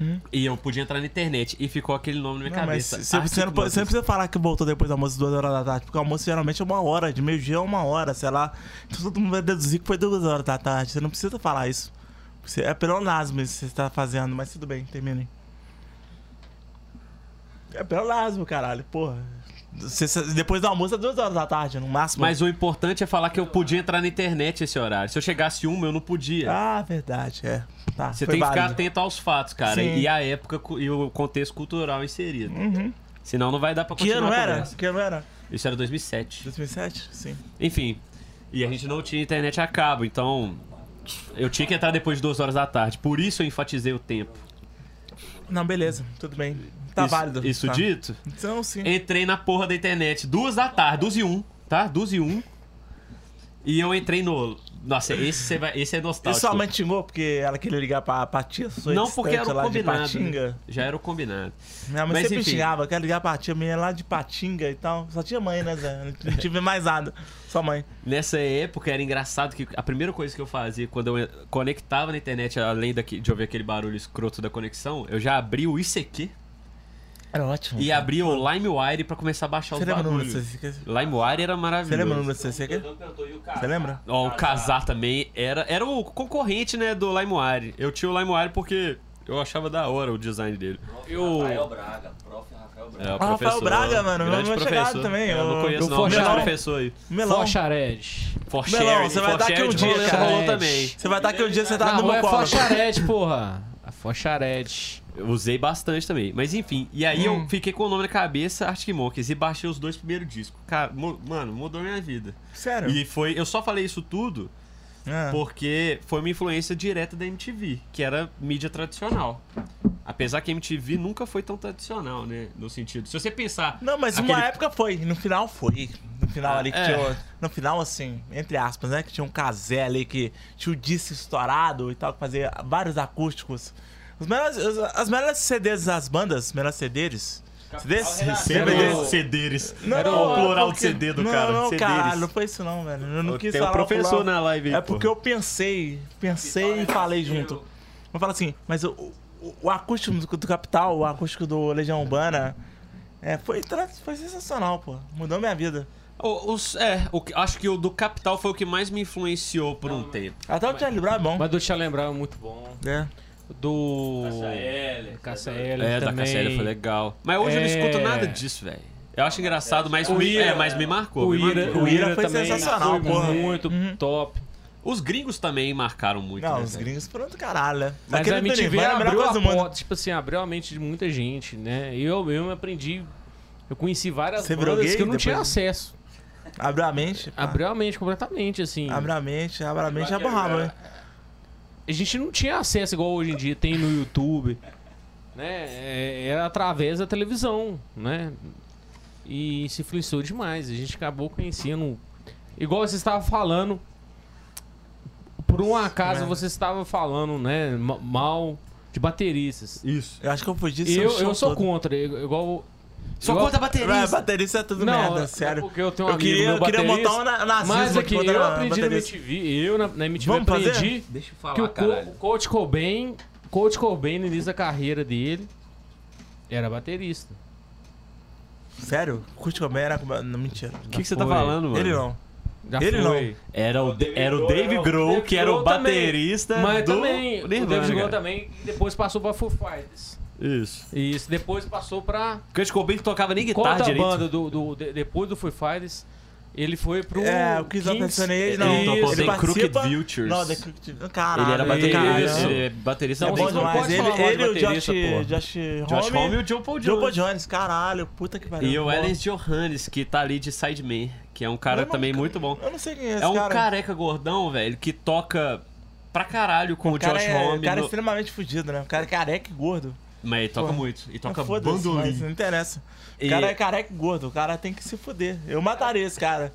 Speaker 2: Hum.
Speaker 1: E eu podia entrar na internet. E ficou aquele nome na minha
Speaker 2: Não, mas
Speaker 1: cabeça.
Speaker 2: você, você,
Speaker 1: Arctic
Speaker 2: não, pode- você não
Speaker 1: Monkeys.
Speaker 2: precisa falar que voltou depois do almoço duas horas da tarde, porque o almoço geralmente é uma hora, de meio-dia a uma hora, sei lá. Então todo mundo vai deduzir que foi duas horas da tarde. Você não precisa falar isso. Você, é peronasmo isso que você está fazendo, mas tudo bem, termine. É peronasmo, caralho, porra. Você- você- depois do almoço é duas horas da tarde, no máximo.
Speaker 1: Mas o importante é falar que eu podia entrar na internet esse horário. Se eu chegasse uma, eu não podia.
Speaker 2: Ah, verdade, é. Tá,
Speaker 1: Você
Speaker 2: foi
Speaker 1: tem que ficar
Speaker 2: válido.
Speaker 1: atento aos fatos, cara.
Speaker 2: Sim.
Speaker 1: E a época cu- e o contexto cultural inserido.
Speaker 2: Uhum.
Speaker 1: Senão não vai dar pra
Speaker 2: Que
Speaker 1: continuar
Speaker 2: ano
Speaker 1: a
Speaker 2: era?
Speaker 1: conversa.
Speaker 2: Que ano era?
Speaker 1: Isso era 2007.
Speaker 2: 2007? Sim.
Speaker 1: Enfim, e a gente não tinha internet a cabo, então eu tinha que entrar depois de duas horas da tarde. Por isso eu enfatizei o tempo.
Speaker 2: Não, beleza, tudo bem. Tá
Speaker 1: isso,
Speaker 2: válido.
Speaker 1: Isso
Speaker 2: tá.
Speaker 1: dito,
Speaker 2: Então, sim.
Speaker 1: entrei na porra da internet duas da tarde, duas e um, tá? Duas e um. E eu entrei no... Nossa, esse, você vai, esse é
Speaker 2: E
Speaker 1: nostálgico.
Speaker 2: sua mãe te xingou porque ela queria ligar pra, pra tia sua
Speaker 1: Não,
Speaker 2: distante
Speaker 1: porque era o
Speaker 2: lá
Speaker 1: combinado, né?
Speaker 2: de Patinga.
Speaker 1: Já era o combinado.
Speaker 2: Minha mãe
Speaker 1: Mas
Speaker 2: sempre
Speaker 1: enfim.
Speaker 2: xingava, quero ligar pra tia minha é lá de Patinga e tal. Só tinha mãe, né, Zé? Não (laughs) tive mais nada. Só mãe.
Speaker 1: Nessa época era engraçado que a primeira coisa que eu fazia quando eu conectava na internet, além daqui, de ouvir aquele barulho escroto da conexão, eu já abri o ICQ
Speaker 2: Era ótimo.
Speaker 1: e abri o LimeWire pra começar a baixar
Speaker 2: Uhum. Você
Speaker 1: os
Speaker 2: lembra o número
Speaker 1: barulhos.
Speaker 2: do CC? Você
Speaker 1: LimeWire era
Speaker 2: lembra o
Speaker 1: maravilhoso.
Speaker 2: número do CC? aqui? Você lembra?
Speaker 1: Ó, o Casar também era, era o concorrente, né, do LimeWire. Eu tinha o LimeWire porque eu achava da hora o design dele.
Speaker 6: Eu-
Speaker 4: Rafael Braga, prof. Rafael Braga.
Speaker 1: É, o
Speaker 2: Ah, Rafael
Speaker 1: professor,
Speaker 2: Braga, mano,
Speaker 1: grande
Speaker 2: meu chegado
Speaker 1: professor.
Speaker 2: também,
Speaker 1: Eu
Speaker 2: o-
Speaker 1: não conheço
Speaker 2: do
Speaker 1: não, grande
Speaker 2: Forcharel.
Speaker 1: professor aí.
Speaker 2: Melão.
Speaker 6: Forchared.
Speaker 1: For
Speaker 2: Melão,
Speaker 1: Shared,
Speaker 2: você vai
Speaker 1: For
Speaker 2: dar aqui um
Speaker 1: Shared
Speaker 2: dia,
Speaker 1: rolou-
Speaker 2: cara.
Speaker 1: rolou também.
Speaker 2: Você vai estar aqui um dia, você tá
Speaker 6: não,
Speaker 2: no meu
Speaker 6: é
Speaker 2: colo.
Speaker 6: Forchared, porra. A Forchared.
Speaker 1: Eu usei bastante também. Mas enfim, e aí
Speaker 2: Hum.
Speaker 1: eu fiquei com o nome na cabeça, Arctic Monkeys, e baixei os dois primeiros discos. Cara, mu- mano, mudou minha vida.
Speaker 2: Sério?
Speaker 1: E foi. Eu só falei isso tudo
Speaker 2: Ah.
Speaker 1: porque foi uma influência direta da MTV, que era mídia tradicional. Apesar que a MTV nunca foi tão tradicional, né? No sentido. Se você pensar.
Speaker 2: Não, mas uma
Speaker 1: aquele-
Speaker 2: época foi. No final foi. No final
Speaker 1: Ah,
Speaker 2: ali que
Speaker 1: é.
Speaker 2: tinha. No final, assim, entre aspas, né? Que tinha um casé ali que tinha o disco estourado e tal, que fazia vários acústicos. Os melhores, os- as melhores CDs das bandas, os melhores CDs. CDs?
Speaker 1: Sempre
Speaker 2: CDs.
Speaker 1: desses cederes.
Speaker 2: Não,
Speaker 1: era
Speaker 2: não,
Speaker 1: o
Speaker 2: é
Speaker 1: plural de
Speaker 2: porque-
Speaker 1: CD do
Speaker 2: não,
Speaker 1: cara.
Speaker 2: Não,
Speaker 1: cederes.
Speaker 2: cara, não foi isso não, velho. Eu não quis
Speaker 1: Tem um
Speaker 2: falar
Speaker 1: professor
Speaker 2: plural.
Speaker 1: na live aí,
Speaker 2: É
Speaker 1: pô.
Speaker 2: porque eu pensei, pensei e falei junto. Vamos falar assim, mas o, o, o acústico do, do Capital, o acústico do Legião Urbana, é, foi, tra- foi sensacional, pô. Mudou minha vida.
Speaker 1: O- os- é, o que- acho que o do Capital foi o que mais me influenciou por um tempo.
Speaker 2: Até o Charlie Brown é bom.
Speaker 6: Mas do Tia Lembrar é muito bom.
Speaker 2: É.
Speaker 6: Do.
Speaker 4: Cassiele.
Speaker 6: Caça L.
Speaker 1: É, da
Speaker 6: também.
Speaker 1: Cassélia foi legal. Mas hoje eu não
Speaker 6: É.
Speaker 1: escuto nada disso, velho. Eu acho engraçado, mas,
Speaker 6: O
Speaker 1: me,
Speaker 6: Ira-
Speaker 1: é, mas me marcou.
Speaker 6: O
Speaker 1: me
Speaker 6: Ira,
Speaker 1: marcou.
Speaker 6: o Ira
Speaker 2: Ira foi
Speaker 6: também
Speaker 2: sensacional,
Speaker 6: foi
Speaker 2: porra.
Speaker 6: muito
Speaker 2: Uhum.
Speaker 6: top.
Speaker 1: Os gringos também marcaram muito.
Speaker 2: Não,
Speaker 1: né,
Speaker 2: os
Speaker 1: velho?
Speaker 2: gringos foram do caralho, né?
Speaker 6: Mas
Speaker 2: Aquele
Speaker 6: a
Speaker 2: do
Speaker 6: MTV
Speaker 2: Nirvana é
Speaker 6: abriu a porta, tipo assim, abriu a mente de muita gente, né? Eu mesmo aprendi, eu conheci várias
Speaker 2: Você virou
Speaker 6: bandas
Speaker 2: gay
Speaker 6: que eu não
Speaker 2: depois? Ah.
Speaker 6: tinha acesso.
Speaker 2: Abriu a mente. pá.
Speaker 6: Abriu a mente completamente, assim.
Speaker 2: Abre a mente, abre a mente e abarrava, né?
Speaker 6: A gente não tinha acesso igual hoje em dia tem no YouTube, né? É, Era através da televisão, né? E se influenciou demais. A gente acabou conhecendo, igual você estava falando, por um acaso
Speaker 2: merda.
Speaker 6: você estava falando, né? ma- Mal de bateristas.
Speaker 1: Isso.
Speaker 2: Eu acho que eu fugi disso. no
Speaker 6: Eu,
Speaker 2: é um show
Speaker 6: eu sou
Speaker 2: todo.
Speaker 6: contra, i- igual
Speaker 1: Só
Speaker 6: Eu-
Speaker 1: conta
Speaker 2: Vai,
Speaker 1: baterista.
Speaker 2: baterista é tudo
Speaker 6: não,
Speaker 2: merda,
Speaker 6: é
Speaker 2: sério.
Speaker 6: porque eu tenho um
Speaker 2: eu
Speaker 6: amigo
Speaker 2: queria,
Speaker 6: meu
Speaker 2: eu queria
Speaker 6: baterista,
Speaker 2: montar um na- nazismo
Speaker 6: Mas aqui,
Speaker 2: aqui, botar
Speaker 6: eu
Speaker 2: na-
Speaker 6: aprendi na
Speaker 2: baterista.
Speaker 6: MTV, eu na, na MTV
Speaker 2: Vamos fazer? Ah,
Speaker 6: aprendi
Speaker 4: Deixa eu
Speaker 6: que o,
Speaker 4: falar,
Speaker 6: Co- o
Speaker 4: caralho.
Speaker 6: Coach Cobain, Coach Cobain no início da carreira dele, era baterista.
Speaker 2: Sério? Kurt Cobain era... com- Não, mentira.
Speaker 1: O que, que você tá
Speaker 6: Foi.
Speaker 1: falando, mano?
Speaker 2: Ele não.
Speaker 6: Já
Speaker 2: Ele
Speaker 6: foi.
Speaker 2: não.
Speaker 1: Era o, Da- era o Dave
Speaker 6: Dave
Speaker 1: Grohl, que era o
Speaker 6: Grohl também.
Speaker 2: Tá
Speaker 1: baterista
Speaker 6: Mas
Speaker 1: do
Speaker 6: também, o
Speaker 1: Nirvana.
Speaker 6: David Grohl
Speaker 1: cara.
Speaker 6: também, e depois passou pra Foo Fighters.
Speaker 1: Isso.
Speaker 6: Isso, depois passou pra...
Speaker 1: Kurt Cobain que tocava nem guitarra
Speaker 6: Conta a
Speaker 1: direito.
Speaker 6: banda do, do- de- depois do Foo Fighters, ele foi pro...
Speaker 2: É, o Chris
Speaker 6: Kings.
Speaker 2: Alcantonei, não.
Speaker 1: Ele tocou The
Speaker 2: participa-
Speaker 1: Crooked Vultures.
Speaker 2: Não, The Crooked... Caralho.
Speaker 1: Ele era baterista.
Speaker 6: Isso.
Speaker 1: Ele é baterista
Speaker 2: É
Speaker 1: do
Speaker 2: bom
Speaker 1: Nirvana.
Speaker 2: demais.
Speaker 6: pode
Speaker 2: Ele,
Speaker 6: falar mal
Speaker 2: ele
Speaker 6: de
Speaker 2: o Josh,
Speaker 6: baterista, porra.
Speaker 2: Josh,
Speaker 1: Josh
Speaker 2: Homme,
Speaker 1: Homme e o Joe Paul
Speaker 2: Joe Paul
Speaker 1: Jones.
Speaker 2: Jones, caralho, puta que pariu.
Speaker 1: E o
Speaker 2: Bom.
Speaker 1: Ellen Johannes, que tá ali de Sideman, que é um cara
Speaker 2: Eu não-
Speaker 1: também muito bom.
Speaker 2: Eu não sei quem é esse
Speaker 1: É um
Speaker 2: cara.
Speaker 1: careca gordão, velho, que toca pra caralho com o,
Speaker 2: O cara
Speaker 1: Josh
Speaker 2: é,
Speaker 1: Homme.
Speaker 2: o cara é
Speaker 1: no-
Speaker 2: extremamente fudido, né? O cara é careca e gordo.
Speaker 1: Mas ele toca
Speaker 2: Porra.
Speaker 1: muito. E toca
Speaker 2: Mas Foda-se, mas
Speaker 1: bandolim.
Speaker 2: não interessa. O
Speaker 1: E-
Speaker 2: cara é careca e gordo, o cara tem que se fuder. Eu mataria esse cara.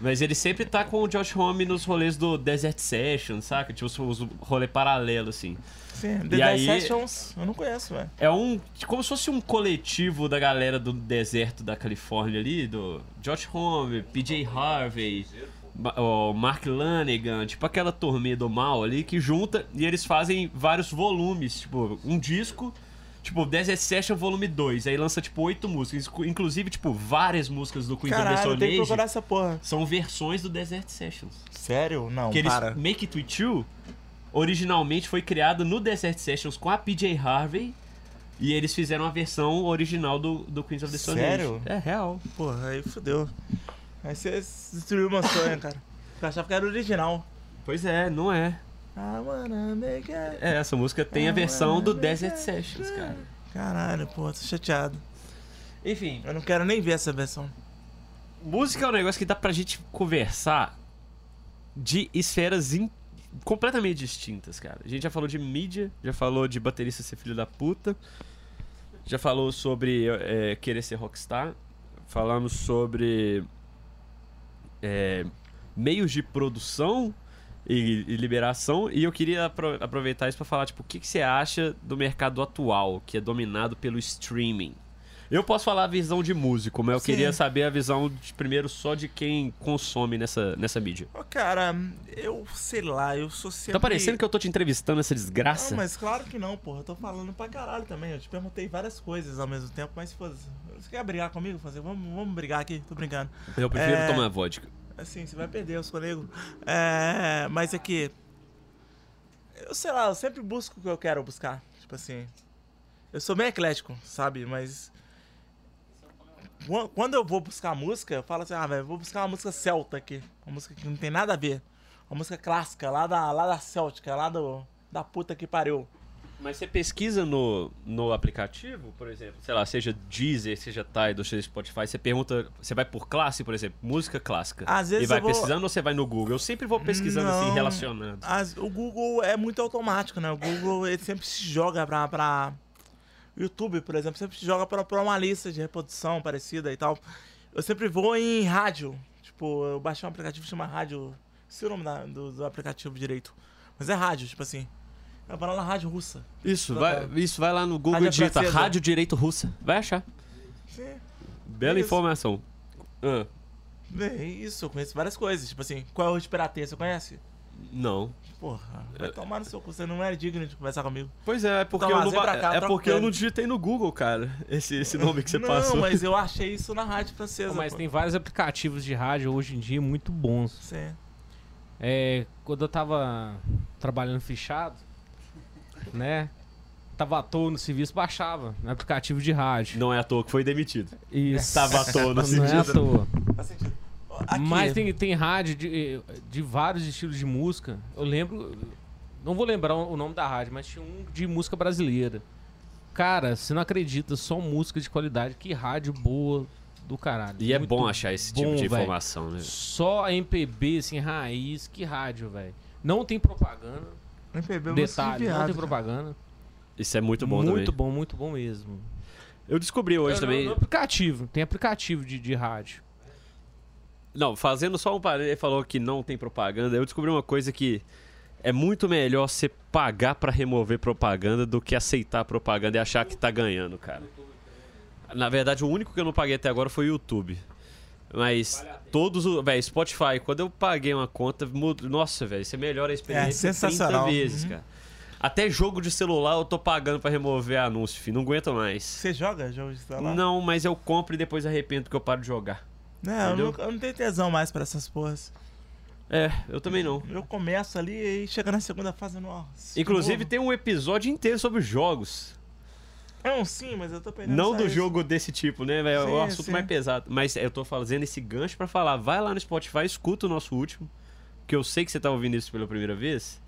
Speaker 1: Mas ele sempre tá com o Josh Homme nos rolês do Desert Session, saca? Tipo, os- os rolês paralelos, assim.
Speaker 2: Sim, The
Speaker 1: E aí-
Speaker 2: Dance Sessions, eu não conheço, velho.
Speaker 1: É um. Como se fosse um coletivo da galera do deserto da Califórnia ali, do Josh Homme, PJ Harvey, Ma- o Mark Lanegan, tipo aquela turnê do mal ali que junta e eles fazem vários volumes, tipo, um disco. Tipo, Desert Session Volume 2. Aí lança, tipo, oito músicas. inclu- Inclusive, tipo, várias músicas do Queen
Speaker 2: Caralho,
Speaker 1: of
Speaker 2: eu tenho que
Speaker 1: the Stone
Speaker 2: procurar
Speaker 1: Age
Speaker 2: essa porra.
Speaker 1: são versões do Desert Sessions.
Speaker 2: Sério? Não,
Speaker 1: Que eles
Speaker 2: para.
Speaker 1: Make It With You originalmente foi criado no Desert Sessions com a PJ Harvey e eles fizeram a versão original do, do Queens of the Stone Age.
Speaker 2: Sério?
Speaker 1: É real.
Speaker 2: Porra, aí fudeu. Aí você destruiu meu sonho, cara. Eu achava que era original. Ah,
Speaker 1: Pois é, não é.
Speaker 2: I wanna make it.
Speaker 1: É, essa música tem a versão do Desert Sessions, cara.
Speaker 2: Caralho, porra, tô chateado.
Speaker 1: Enfim,
Speaker 2: Eu não quero nem ver essa versão.
Speaker 1: música é um negócio que dá pra gente conversar de esferas in- completamente distintas, cara. A gente já falou de mídia, já falou de baterista ser filho da puta, já falou sobre é, querer ser rockstar, falamos sobre é, meios de produção e, e liberação, e eu queria apro- aproveitar isso pra falar, tipo, o que, que você acha do mercado atual, que é dominado pelo streaming? Eu posso falar a visão de músico, mas eu
Speaker 2: Sim.
Speaker 1: queria saber a visão de- primeiro só de quem consome nessa, nessa mídia.
Speaker 2: Ô, cara, eu sei lá, eu sou sempre...
Speaker 1: Tá parecendo que eu tô te entrevistando essa desgraça?
Speaker 2: Não, mas claro que não, porra. Eu tô falando pra caralho também. Eu te perguntei várias coisas ao mesmo tempo, mas foda-se. Você quer brigar comigo? Fazer, vamos, vamos brigar aqui, tô brincando.
Speaker 1: Eu prefiro
Speaker 2: É.
Speaker 1: tomar vodka.
Speaker 2: Assim, você vai perder, eu sou negro. É, mas é que. Eu sei lá, eu sempre busco o que eu quero buscar. Tipo assim. Eu sou meio eclético, sabe? Mas. quan- Quando eu vou buscar música, eu falo assim, ah, velho, eu vou buscar uma música celta aqui. Uma música que não tem nada a ver. Uma música clássica, lá da, lá da Celtica, lá do, da puta que pariu.
Speaker 1: Mas você pesquisa no, no aplicativo, por exemplo, sei lá, seja Deezer, seja Tidal, seja Spotify, você pergunta, você vai por classe, por exemplo, música clássica.
Speaker 2: Às vezes
Speaker 1: e vai
Speaker 2: eu vou-
Speaker 1: pesquisando ou você vai no Google? Eu sempre vou pesquisando assim,
Speaker 2: Não.
Speaker 1: relacionando.
Speaker 2: As- o Google é muito automático, né? O Google ele sempre se joga pra. pra... o YouTube, por exemplo, sempre se joga pra, pra uma lista de reprodução parecida e tal. Eu sempre vou em rádio. Tipo, eu baixei um aplicativo que chama Rádio. Não sei o nome da- do, do aplicativo direito. Mas é rádio, tipo assim. Eu vou lá na rádio russa.
Speaker 1: Isso,
Speaker 2: vai-
Speaker 1: Ah, isso, vai lá no Google
Speaker 2: Rádio e digita francesa. Rádio
Speaker 1: Direito Russa. Vai achar.
Speaker 2: Sim.
Speaker 1: Bela
Speaker 2: Isso.
Speaker 1: informação. Ah,
Speaker 2: É isso, eu conheço várias coisas. Tipo assim, qual é o Esperatê? Você conhece?
Speaker 1: não.
Speaker 2: Porra, vai tomar no seu cu. Você não é digno de conversar comigo.
Speaker 1: Pois é, é porque,
Speaker 2: Então,
Speaker 1: eu, não
Speaker 2: mas vem
Speaker 1: ba-
Speaker 2: pra cá,
Speaker 1: é
Speaker 2: troca
Speaker 1: porque
Speaker 2: o
Speaker 1: eu
Speaker 2: tema.
Speaker 1: não digitei no Google, cara, esse, esse
Speaker 2: (laughs)
Speaker 1: nome que você
Speaker 2: não,
Speaker 1: passou.
Speaker 2: mas eu achei isso na rádio francesa.
Speaker 6: Mas
Speaker 2: pô.
Speaker 6: tem vários aplicativos de rádio hoje em dia muito bons.
Speaker 2: Sim.
Speaker 6: É, quando eu tava trabalhando fechado, (laughs) né? Tava à toa no serviço, baixava no aplicativo de rádio.
Speaker 1: Não é à toa que foi demitido.
Speaker 6: Isso.
Speaker 1: é, Tava à toa no
Speaker 6: (laughs) Não é à
Speaker 1: sentido.
Speaker 6: toa.
Speaker 2: Faz sentido. Aqui,
Speaker 6: Mas tem, tem rádio de, de vários estilos de música. Eu lembro. Não vou lembrar o nome da rádio, mas tinha um de música brasileira. Cara, você não acredita, só música de qualidade. Que rádio boa do caralho.
Speaker 1: E é
Speaker 6: Muito
Speaker 1: bom achar esse tipo
Speaker 6: bom,
Speaker 1: de
Speaker 6: véi.
Speaker 1: informação, né?
Speaker 6: Só MPB, assim, raiz. Que rádio, velho. Não tem propaganda.
Speaker 2: MPB é música de
Speaker 6: Detalhe, não
Speaker 2: viado, cara.
Speaker 6: tem propaganda.
Speaker 1: Isso é muito bom também.
Speaker 6: muito bom, muito bom mesmo.
Speaker 1: Eu descobri hoje
Speaker 6: É,
Speaker 1: também.
Speaker 6: No, no
Speaker 1: Não,
Speaker 6: aplicativo, tem aplicativo de, de rádio.
Speaker 1: fazendo só um parênteses, ele falou que não tem propaganda. Eu descobri uma coisa que é muito melhor você pagar pra remover propaganda do que aceitar a propaganda e achar que tá ganhando, cara. Na verdade, o único que eu não paguei até agora foi o YouTube. Mas todos os. Véi, Spotify, quando eu paguei uma conta, mud- nossa, velho, você melhora a experiência
Speaker 2: É, sensacional.
Speaker 1: 30 vezes, cara. Até jogo de celular eu tô pagando pra remover anúncio, filho. Não aguento mais.
Speaker 2: Você joga jogo de celular?
Speaker 1: Não, mas eu compro e depois arrependo que eu paro de jogar.
Speaker 2: Não, eu,
Speaker 1: Entendeu?
Speaker 2: nunca- eu não tenho tesão mais pra essas porras.
Speaker 1: É, eu também não.
Speaker 2: Eu começo ali e chega na segunda fase, nossa.
Speaker 1: Inclusive, tem um episódio inteiro sobre jogos.
Speaker 2: Não, É um sim, mas eu tô perdendo.
Speaker 1: Não
Speaker 2: só
Speaker 1: do
Speaker 2: isso.
Speaker 1: jogo desse tipo, né, velho? É o
Speaker 2: Sim,
Speaker 1: assunto
Speaker 2: sim.
Speaker 1: mais pesado. Mas eu tô fazendo esse gancho pra falar. Vai lá no Spotify, escuta o nosso último. Que eu sei que você tá ouvindo isso pela primeira vez.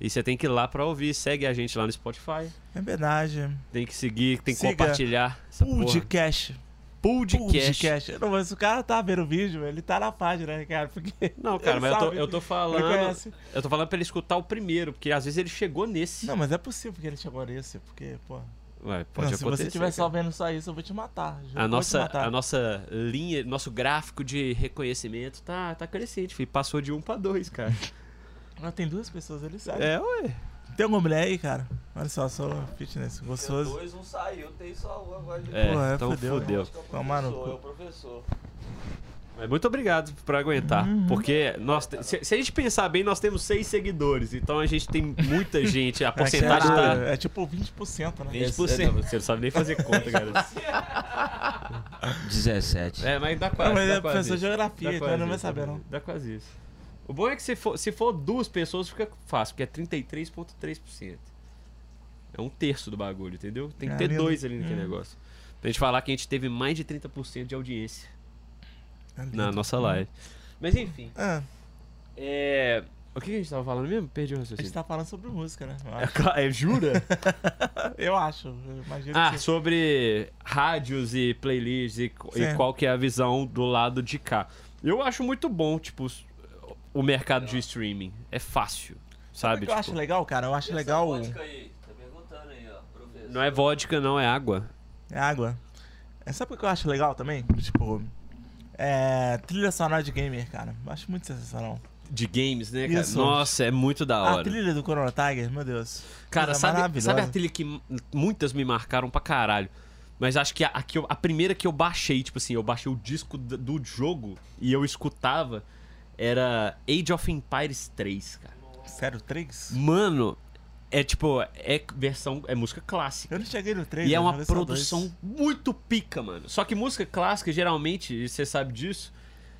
Speaker 1: E você tem que ir lá pra ouvir. Segue a gente lá no Spotify.
Speaker 2: É verdade.
Speaker 1: Tem que seguir, tem que
Speaker 2: Siga.
Speaker 1: compartilhar. Essa porra.
Speaker 2: Podcast.
Speaker 1: Podcast.
Speaker 2: Não, mas o cara tá vendo o vídeo, ele tá na página, né, cara? Porque.
Speaker 1: Não, cara,
Speaker 2: Ele
Speaker 1: mas eu tô,
Speaker 2: sabe.
Speaker 1: eu tô
Speaker 2: Ele
Speaker 1: falando.
Speaker 2: conhece.
Speaker 1: Eu tô falando pra ele escutar o primeiro, porque às vezes ele chegou nesse.
Speaker 2: Não, mas é possível que ele chegou nesse, porque, pô.
Speaker 1: Ué, pode
Speaker 2: não, se
Speaker 1: acontecer.
Speaker 2: você estiver
Speaker 1: cara.
Speaker 2: só vendo só isso, eu vou te matar. Eu
Speaker 1: A
Speaker 2: vou te
Speaker 1: nossa,
Speaker 2: matar.
Speaker 1: a nossa linha, nosso gráfico de reconhecimento tá, tá crescente, filho. Passou de um pra dois,
Speaker 2: (laughs)
Speaker 1: cara.
Speaker 2: Não, tem duas pessoas, ele sabe.
Speaker 1: é, ué.
Speaker 2: Tem alguma mulher aí, cara? Olha só, só fitness,
Speaker 4: Tem
Speaker 2: gostoso.
Speaker 4: dois, um saiu, tem só um agora de
Speaker 1: É,
Speaker 2: Pô, é,
Speaker 1: então fudeu.
Speaker 2: fudeu. Tomar no
Speaker 4: Sou
Speaker 2: cu.
Speaker 4: eu, professor.
Speaker 1: Mas muito obrigado por aguentar.
Speaker 2: Uhum.
Speaker 1: Porque nós te- se, se a gente pensar bem, nós temos seis seguidores. Então a gente tem
Speaker 2: (laughs)
Speaker 1: muita gente. A
Speaker 2: É que é
Speaker 1: porcentagem
Speaker 2: doido,
Speaker 1: tá
Speaker 2: é tipo 20%, né?
Speaker 1: 20%. Você não sabe nem fazer conta,
Speaker 2: (laughs)
Speaker 1: cara.
Speaker 5: 17.
Speaker 1: É, mas dá quase.
Speaker 2: Não, mas
Speaker 1: dá quase
Speaker 2: é professor de
Speaker 1: isso. Dá
Speaker 2: geografia, então ele
Speaker 1: quase
Speaker 2: não vai
Speaker 1: isso,
Speaker 2: saber,
Speaker 1: dá-
Speaker 2: não.
Speaker 1: Dá quase isso. O bom é que se for, se for duas pessoas, fica fácil, porque é 33,3%. É um terço do bagulho, entendeu? Tem que ter
Speaker 2: Caramba.
Speaker 1: dois ali naquele
Speaker 2: Hum.
Speaker 1: negócio. Pra gente falar que a gente teve mais de 30% de (laughs) audiência
Speaker 2: É lindo.
Speaker 1: na nossa live. Mas enfim,
Speaker 2: Ah,
Speaker 1: é. O que que a gente tava falando mesmo? Perdi o
Speaker 2: a gente
Speaker 1: raciocínio.
Speaker 2: tá falando sobre música, né?
Speaker 1: (laughs)
Speaker 2: Eu
Speaker 1: É,
Speaker 2: acho.
Speaker 1: claro, é, jura?
Speaker 2: Eu acho, eu imagino
Speaker 1: ah,
Speaker 2: que sim.
Speaker 1: sobre rádios e playlists e, co- e
Speaker 2: Sim.
Speaker 1: qual que é a visão do lado de cá. Eu acho muito bom, tipo, s- o mercado de streaming. É fácil,
Speaker 2: Sabe o
Speaker 1: sabe?
Speaker 2: que eu acho
Speaker 1: Tipo,
Speaker 2: legal, cara? Eu acho
Speaker 4: Essa
Speaker 2: legal
Speaker 4: vodka aí, tá perguntando aí, ó, professor.
Speaker 1: não é vodka, não, é água.
Speaker 2: é água. É, sabe o que eu acho legal também? Tipo, é trilha sonora de gamer, cara. Eu acho muito sensacional.
Speaker 1: De games, né, cara?
Speaker 2: Isso.
Speaker 1: Nossa, é muito da
Speaker 2: A
Speaker 1: hora.
Speaker 2: trilha do Corona Tiger, meu Deus.
Speaker 1: Cara,
Speaker 2: Coisa
Speaker 1: sabe,
Speaker 2: maravilhosa.
Speaker 1: sabe a trilha que m- muitas me marcaram pra caralho? Mas acho que a, a que eu- a primeira que eu baixei, tipo assim, eu baixei o disco d- do jogo e eu escutava era Age of Empires 3, cara.
Speaker 2: Sério, 3?
Speaker 1: Mano, é tipo, é versão, é música clássica.
Speaker 2: Eu não cheguei no 3.
Speaker 1: E é uma produção muito pica, mano. Só que música clássica, geralmente, e você sabe disso,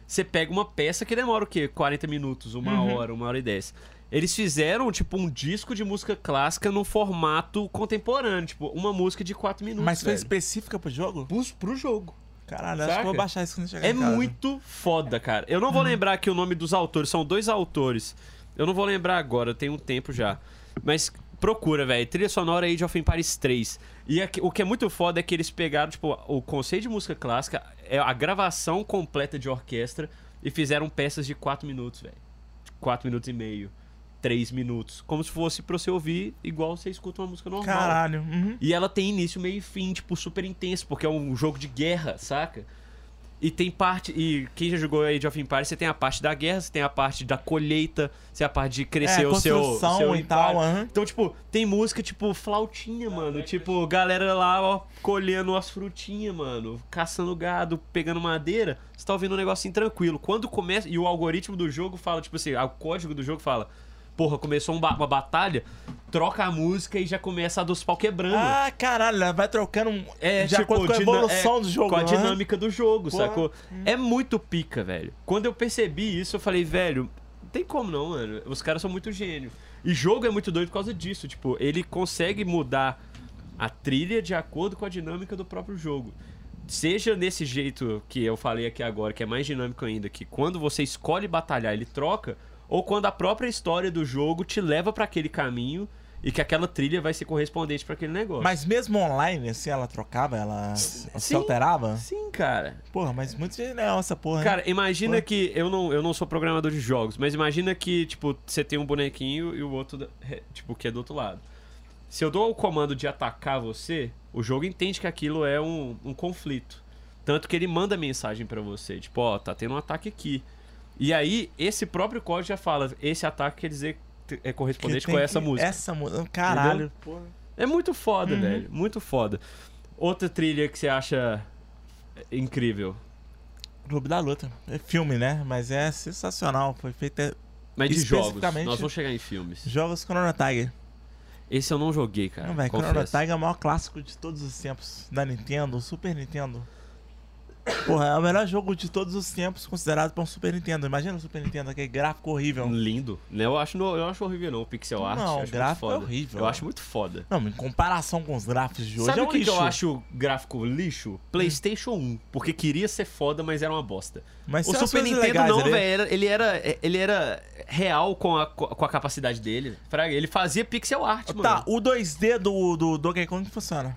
Speaker 1: você pega uma peça que demora o quê? 40 minutos, uma
Speaker 2: Uhum.
Speaker 1: hora, uma hora e dez. Eles fizeram, tipo, um disco de música clássica num formato contemporâneo, tipo, uma música de 4 minutos.
Speaker 2: Mas foi
Speaker 1: velho.
Speaker 2: específica pro jogo?
Speaker 1: Pus pro jogo.
Speaker 2: Caralho, acho que eu
Speaker 1: Saca?
Speaker 2: vou baixar isso quando chegar
Speaker 1: É
Speaker 2: em casa. Hum.
Speaker 1: muito foda, cara. Eu não vou lembrar aqui o nome dos autores, são dois autores. Eu não vou lembrar agora, tem um tempo já. Mas procura, velho. Trilha sonora Age of Empires 3. E aqui- o que é muito foda é que eles pegaram, tipo, o conceito de música clássica, é a gravação completa de orquestra e fizeram peças de 4 minutos, velho. 4 minutos e meio, 3 minutos. Como se fosse pra você ouvir igual você escuta uma música normal.
Speaker 2: Caralho. uhum.
Speaker 1: E ela tem início, meio e fim, tipo, super intenso, porque é um jogo de guerra, saca? E tem parte. E quem já jogou Age of Empires, você tem a parte da guerra, você tem a parte da colheita, você tem a parte de crescer
Speaker 2: é,
Speaker 1: o seu.
Speaker 2: construção
Speaker 1: seu
Speaker 2: e tal,
Speaker 1: império.
Speaker 2: aham.
Speaker 1: Então, tipo, tem música, tipo, flautinha, mano. Tipo, galera lá, ó, colhendo as frutinhas, mano. Caçando gado, pegando madeira. Você tá ouvindo um negocinho tranquilo. Quando começa. E o algoritmo do jogo fala, tipo assim, o código do jogo fala. Porra, começou um ba- uma batalha, troca a música e já começa a dos pau quebrando.
Speaker 2: Ah, caralho, ela vai trocando um-
Speaker 1: É,
Speaker 2: de
Speaker 1: tipo,
Speaker 2: acordo com a
Speaker 1: dina-
Speaker 2: evolução
Speaker 1: é,
Speaker 2: do jogo.
Speaker 1: Com a
Speaker 2: aham.
Speaker 1: dinâmica do jogo,
Speaker 2: Porra.
Speaker 1: sacou? É muito pica, velho. Quando eu percebi isso, eu falei, velho, não tem como não, mano. Os caras são muito gênio. E jogo é muito doido por causa disso. Tipo, ele consegue mudar a trilha de acordo com a dinâmica do próprio jogo. Seja nesse jeito que eu falei aqui agora, que é mais dinâmico ainda, que quando você escolhe batalhar, ele troca, ou quando a própria história do jogo te leva pra aquele caminho e que aquela trilha vai ser correspondente pra aquele negócio.
Speaker 2: Mas mesmo online, assim, ela trocava, ela se
Speaker 1: sim.
Speaker 2: alterava?
Speaker 1: Sim, cara.
Speaker 2: Porra, mas muito genial essa porra. né?
Speaker 1: Cara, imagina
Speaker 2: Foi.
Speaker 1: que. Eu não, eu não sou programador de jogos, mas imagina que, tipo, você tem um bonequinho e o outro, da- é, tipo, que é do outro lado. Se eu dou o comando de atacar você, o jogo entende que aquilo é um, um conflito. Tanto que ele manda mensagem pra você, tipo, ó, tá tendo um ataque aqui. E aí, esse próprio código já fala, esse ataque quer dizer que é
Speaker 2: Que Uhum.
Speaker 1: correspondente
Speaker 2: tem
Speaker 1: com essa
Speaker 2: que-
Speaker 1: música.
Speaker 2: Essa música, caralho.
Speaker 1: É muito foda, velho. Muito foda. Outra trilha que você acha incrível.
Speaker 2: Clube da Luta. É filme, né? Mas é sensacional. Foi feito é,
Speaker 1: Mas de jogos.
Speaker 2: Especificamente-
Speaker 1: Nós vamos chegar em filmes.
Speaker 2: jogos Chrono Tiger.
Speaker 1: Esse eu não joguei, cara.
Speaker 2: Não, velho, Chrono
Speaker 1: confesso.
Speaker 2: Tiger é o maior clássico de todos os tempos. Da Nintendo, Super Nintendo. Porra, é o melhor jogo de todos os tempos considerado pra um Super Nintendo. Imagina o Super Nintendo, aquele gráfico horrível.
Speaker 1: Lindo. Né, Eu acho, eu não acho horrível, não. O pixel art.
Speaker 2: Não,
Speaker 1: eu acho
Speaker 2: o
Speaker 1: muito
Speaker 2: gráfico é
Speaker 1: foda.
Speaker 2: horrível.
Speaker 1: Eu acho muito foda.
Speaker 2: Não, em comparação com os gráficos de hoje,
Speaker 1: Sabe
Speaker 2: é um
Speaker 1: o que, que eu
Speaker 2: lixo. Hum.
Speaker 1: acho gráfico lixo? PlayStation 1. Porque queria ser foda, mas era uma bosta.
Speaker 2: Mas
Speaker 1: o
Speaker 2: são as
Speaker 1: Super
Speaker 2: coisas
Speaker 1: Nintendo
Speaker 2: legais
Speaker 1: não,
Speaker 2: né? ali.
Speaker 1: velho. era- Ele era, ele era real com a, com a capacidade dele. Fraga, Ele fazia pixel art,
Speaker 2: Tá,
Speaker 1: mano.
Speaker 2: o 2D do, do Donkey Kong funciona.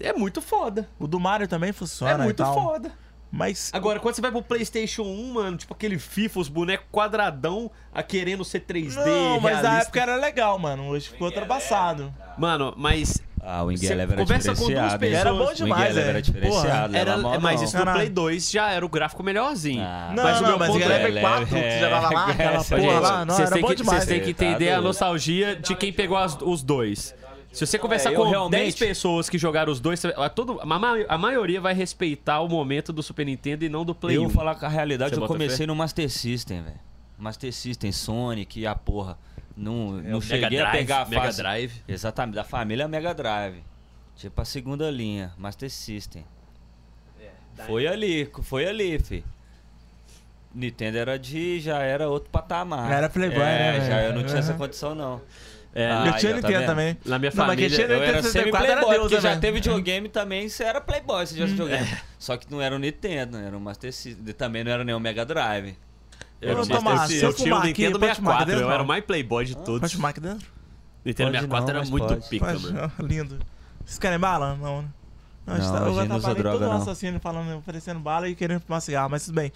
Speaker 1: É muito foda.
Speaker 2: O do Mario também funciona.
Speaker 1: é muito
Speaker 2: e tal.
Speaker 1: foda.
Speaker 2: Mas
Speaker 1: Agora, quando você vai pro PlayStation 1, mano, tipo aquele FIFA, os bonecos quadradão, a querendo ser 3D,
Speaker 2: Não, mas na
Speaker 1: realista.
Speaker 2: época era legal, mano. Hoje ficou ultrapassado.
Speaker 1: Mano, mas
Speaker 5: Ah, o Wing
Speaker 1: Você
Speaker 5: Eleven era
Speaker 1: conversa com duas
Speaker 5: diferenciado. hein?
Speaker 1: pessoas.
Speaker 2: Era bom
Speaker 5: O Wing
Speaker 2: demais,
Speaker 5: Eleven
Speaker 2: é.
Speaker 5: era diferenciado.
Speaker 1: era,
Speaker 5: era mal,
Speaker 1: mas
Speaker 5: não.
Speaker 1: isso no
Speaker 2: Caralho.
Speaker 1: Play 2 já era o gráfico melhorzinho.
Speaker 5: Ah,
Speaker 2: Não,
Speaker 1: mas o
Speaker 2: não,
Speaker 1: meu
Speaker 2: mas
Speaker 1: ponto
Speaker 2: o
Speaker 1: é-
Speaker 2: Eleven 4, que já tava lá, aquela
Speaker 5: Essa,
Speaker 2: porra
Speaker 1: Gente,
Speaker 2: lá. Não,
Speaker 1: vocês
Speaker 2: era
Speaker 1: têm
Speaker 2: bom
Speaker 1: que-
Speaker 2: demais.
Speaker 1: Vocês têm que
Speaker 5: Você tá
Speaker 1: entender a
Speaker 5: doido.
Speaker 1: nostalgia de quem pegou as- os dois. Se você conversar
Speaker 5: É, eu
Speaker 1: com
Speaker 5: realmente-
Speaker 1: 10 pessoas que jogaram os dois, você- a, todo, a, ma- a maioria vai respeitar o momento do Super Nintendo e não do Play
Speaker 5: eu
Speaker 1: 1.
Speaker 5: vou falar com a realidade,
Speaker 1: Você
Speaker 5: eu
Speaker 1: bota
Speaker 5: comecei
Speaker 1: fé?
Speaker 5: no Master System, velho. Master System, Sonic e a porra. Não, não
Speaker 1: É o
Speaker 5: cheguei
Speaker 1: Mega
Speaker 5: a
Speaker 1: Drive,
Speaker 5: pegar a
Speaker 1: Mega
Speaker 5: fase.
Speaker 1: Drive.
Speaker 5: Exatamente, da família Mega Drive. Tipo a segunda linha, Master System. foi ali, foi ali, fi. Nintendo era de. já era outro patamar.
Speaker 2: Era Playboy,
Speaker 5: é,
Speaker 2: né,
Speaker 5: Já
Speaker 2: velho?
Speaker 5: eu não tinha essa
Speaker 2: Uhum.
Speaker 5: condição, não.
Speaker 1: É,
Speaker 5: Ah,
Speaker 2: Eu tinha
Speaker 5: aí, ó, tá
Speaker 2: Nintendo
Speaker 5: vendo?
Speaker 2: também.
Speaker 1: Na minha
Speaker 2: Não, mas quem
Speaker 1: família,
Speaker 2: tinha
Speaker 5: Eu
Speaker 2: Nintendo
Speaker 5: era semi
Speaker 2: 64 era
Speaker 5: playboy,
Speaker 2: Deus,
Speaker 5: porque
Speaker 2: né,
Speaker 5: já
Speaker 2: velho? É.
Speaker 5: teve videogame também, você era playboy, você já videogame. Só que não era o Nintendo, era o Master System. Também não era nem o Mega Drive.
Speaker 1: Eu,
Speaker 2: Ô,
Speaker 1: tinha,
Speaker 2: Tomás,
Speaker 1: eu, tinha-
Speaker 2: se eu
Speaker 1: eu tinha o
Speaker 2: fumar aqui,
Speaker 1: Nintendo
Speaker 2: pode fumar
Speaker 1: 64,
Speaker 2: aqui
Speaker 1: eu
Speaker 2: dentro,
Speaker 1: era
Speaker 2: não?
Speaker 1: o mais playboy de todos.
Speaker 2: Pode fumar aqui dentro?
Speaker 1: Nintendo
Speaker 5: Pode
Speaker 1: 64
Speaker 5: não,
Speaker 1: era
Speaker 5: mas
Speaker 1: muito
Speaker 5: pode.
Speaker 1: pica,
Speaker 2: Pode,
Speaker 1: mano.
Speaker 2: ó, Lindo. Vocês querem bala? Não, né? Não, a gente
Speaker 5: Não,
Speaker 2: tá-
Speaker 5: a
Speaker 2: eu
Speaker 5: gente não usa
Speaker 2: atrapalhei todo
Speaker 5: droga,
Speaker 2: o
Speaker 5: não.
Speaker 2: raciocínio falando, oferecendo bala e querendo fumar cigarro, mas tudo bem.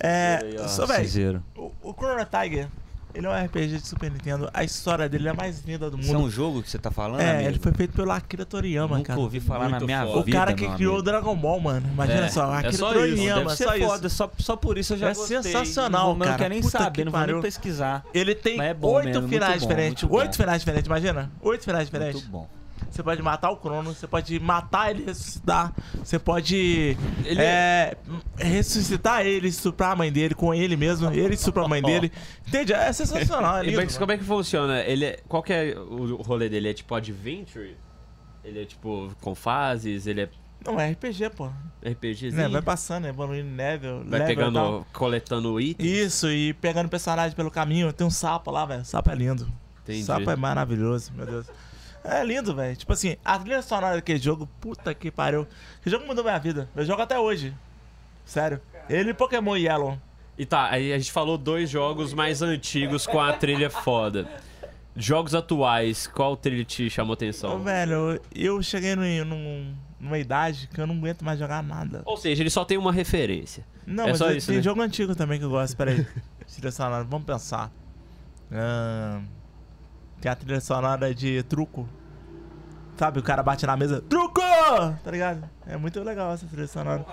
Speaker 2: É. Só, velho,
Speaker 5: Cinzeiro.
Speaker 2: o, o Chrono Tiger, ele é um RPG de Super Nintendo. A história dele é a mais linda do
Speaker 5: Isso é um
Speaker 2: mundo.
Speaker 5: jogo que você tá falando?
Speaker 2: É,
Speaker 5: amigo?
Speaker 2: ele foi feito pelo Akira Toriyama,
Speaker 5: Nunca
Speaker 2: cara.
Speaker 5: ouvi falar na
Speaker 1: Muito
Speaker 5: minha
Speaker 1: foda.
Speaker 2: O
Speaker 5: vida.
Speaker 2: cara que
Speaker 5: meu
Speaker 2: criou o
Speaker 5: amigo.
Speaker 2: Dragon Ball, mano. Imagina
Speaker 5: É,
Speaker 2: só,
Speaker 5: é
Speaker 2: Akira
Speaker 5: só isso,
Speaker 2: Toriyama,
Speaker 5: Deve ser
Speaker 2: só isso.
Speaker 5: é foda, só, só por isso eu já
Speaker 2: É
Speaker 5: gostei.
Speaker 2: sensacional,
Speaker 5: não, Não
Speaker 2: cara.
Speaker 5: quero nem
Speaker 2: Puta que
Speaker 5: saber, não vou
Speaker 2: pariu.
Speaker 5: nem pesquisar.
Speaker 2: Ele tem
Speaker 5: Mas é bom
Speaker 2: oito
Speaker 5: mesmo, muito
Speaker 2: finais
Speaker 5: bom,
Speaker 2: diferentes.
Speaker 5: muito bom.
Speaker 2: Oito finais diferentes, imagina. Oito finais diferentes.
Speaker 5: Muito bom.
Speaker 2: Você pode matar o Crono, você pode matar ele e ressuscitar. Você pode
Speaker 1: Ele-
Speaker 2: é, ressuscitar ele, e estuprar a mãe dele com ele mesmo, ele estuprar a mãe dele. Entende? É sensacional. É
Speaker 1: E
Speaker 2: lindo,
Speaker 1: mas como é que funciona? Ele é, qual que é o rolê dele? É tipo adventure? Ele é tipo com fases? Ele é
Speaker 2: mano. Não, é RPG, pô.
Speaker 1: RPGzinho?
Speaker 2: Né, vai passando, evoluindo level,
Speaker 1: Vai
Speaker 2: level e tal.
Speaker 1: pegando, coletando itens?
Speaker 2: Isso, e pegando personagem pelo caminho. Tem um sapo lá, velho. Sapo é lindo.
Speaker 1: Entendi.
Speaker 2: Sapo é maravilhoso, meu Deus. É lindo, velho. Tipo assim, a trilha sonora daquele jogo, puta que pariu. Que jogo mudou minha vida. Eu jogo até hoje. Sério. Ele e Pokémon Yellow.
Speaker 1: E tá, aí a gente falou dois jogos mais antigos com a trilha foda. Jogos atuais, qual trilha te chamou
Speaker 2: Ô,
Speaker 1: atenção?
Speaker 2: velho, eu cheguei num- num- numa idade que eu não aguento mais jogar nada.
Speaker 1: Ou seja, ele só tem uma referência.
Speaker 2: Não,
Speaker 1: É
Speaker 2: mas
Speaker 1: só
Speaker 2: eu-
Speaker 1: isso,
Speaker 2: tem
Speaker 1: né?
Speaker 2: jogo antigo também que eu gosto. Pera aí. trilha sonora, vamos pensar. Ahn, tem a trilha sonora de truco. Sabe, o cara bate na mesa, truco! Tá ligado? É muito legal essa trilha sonora.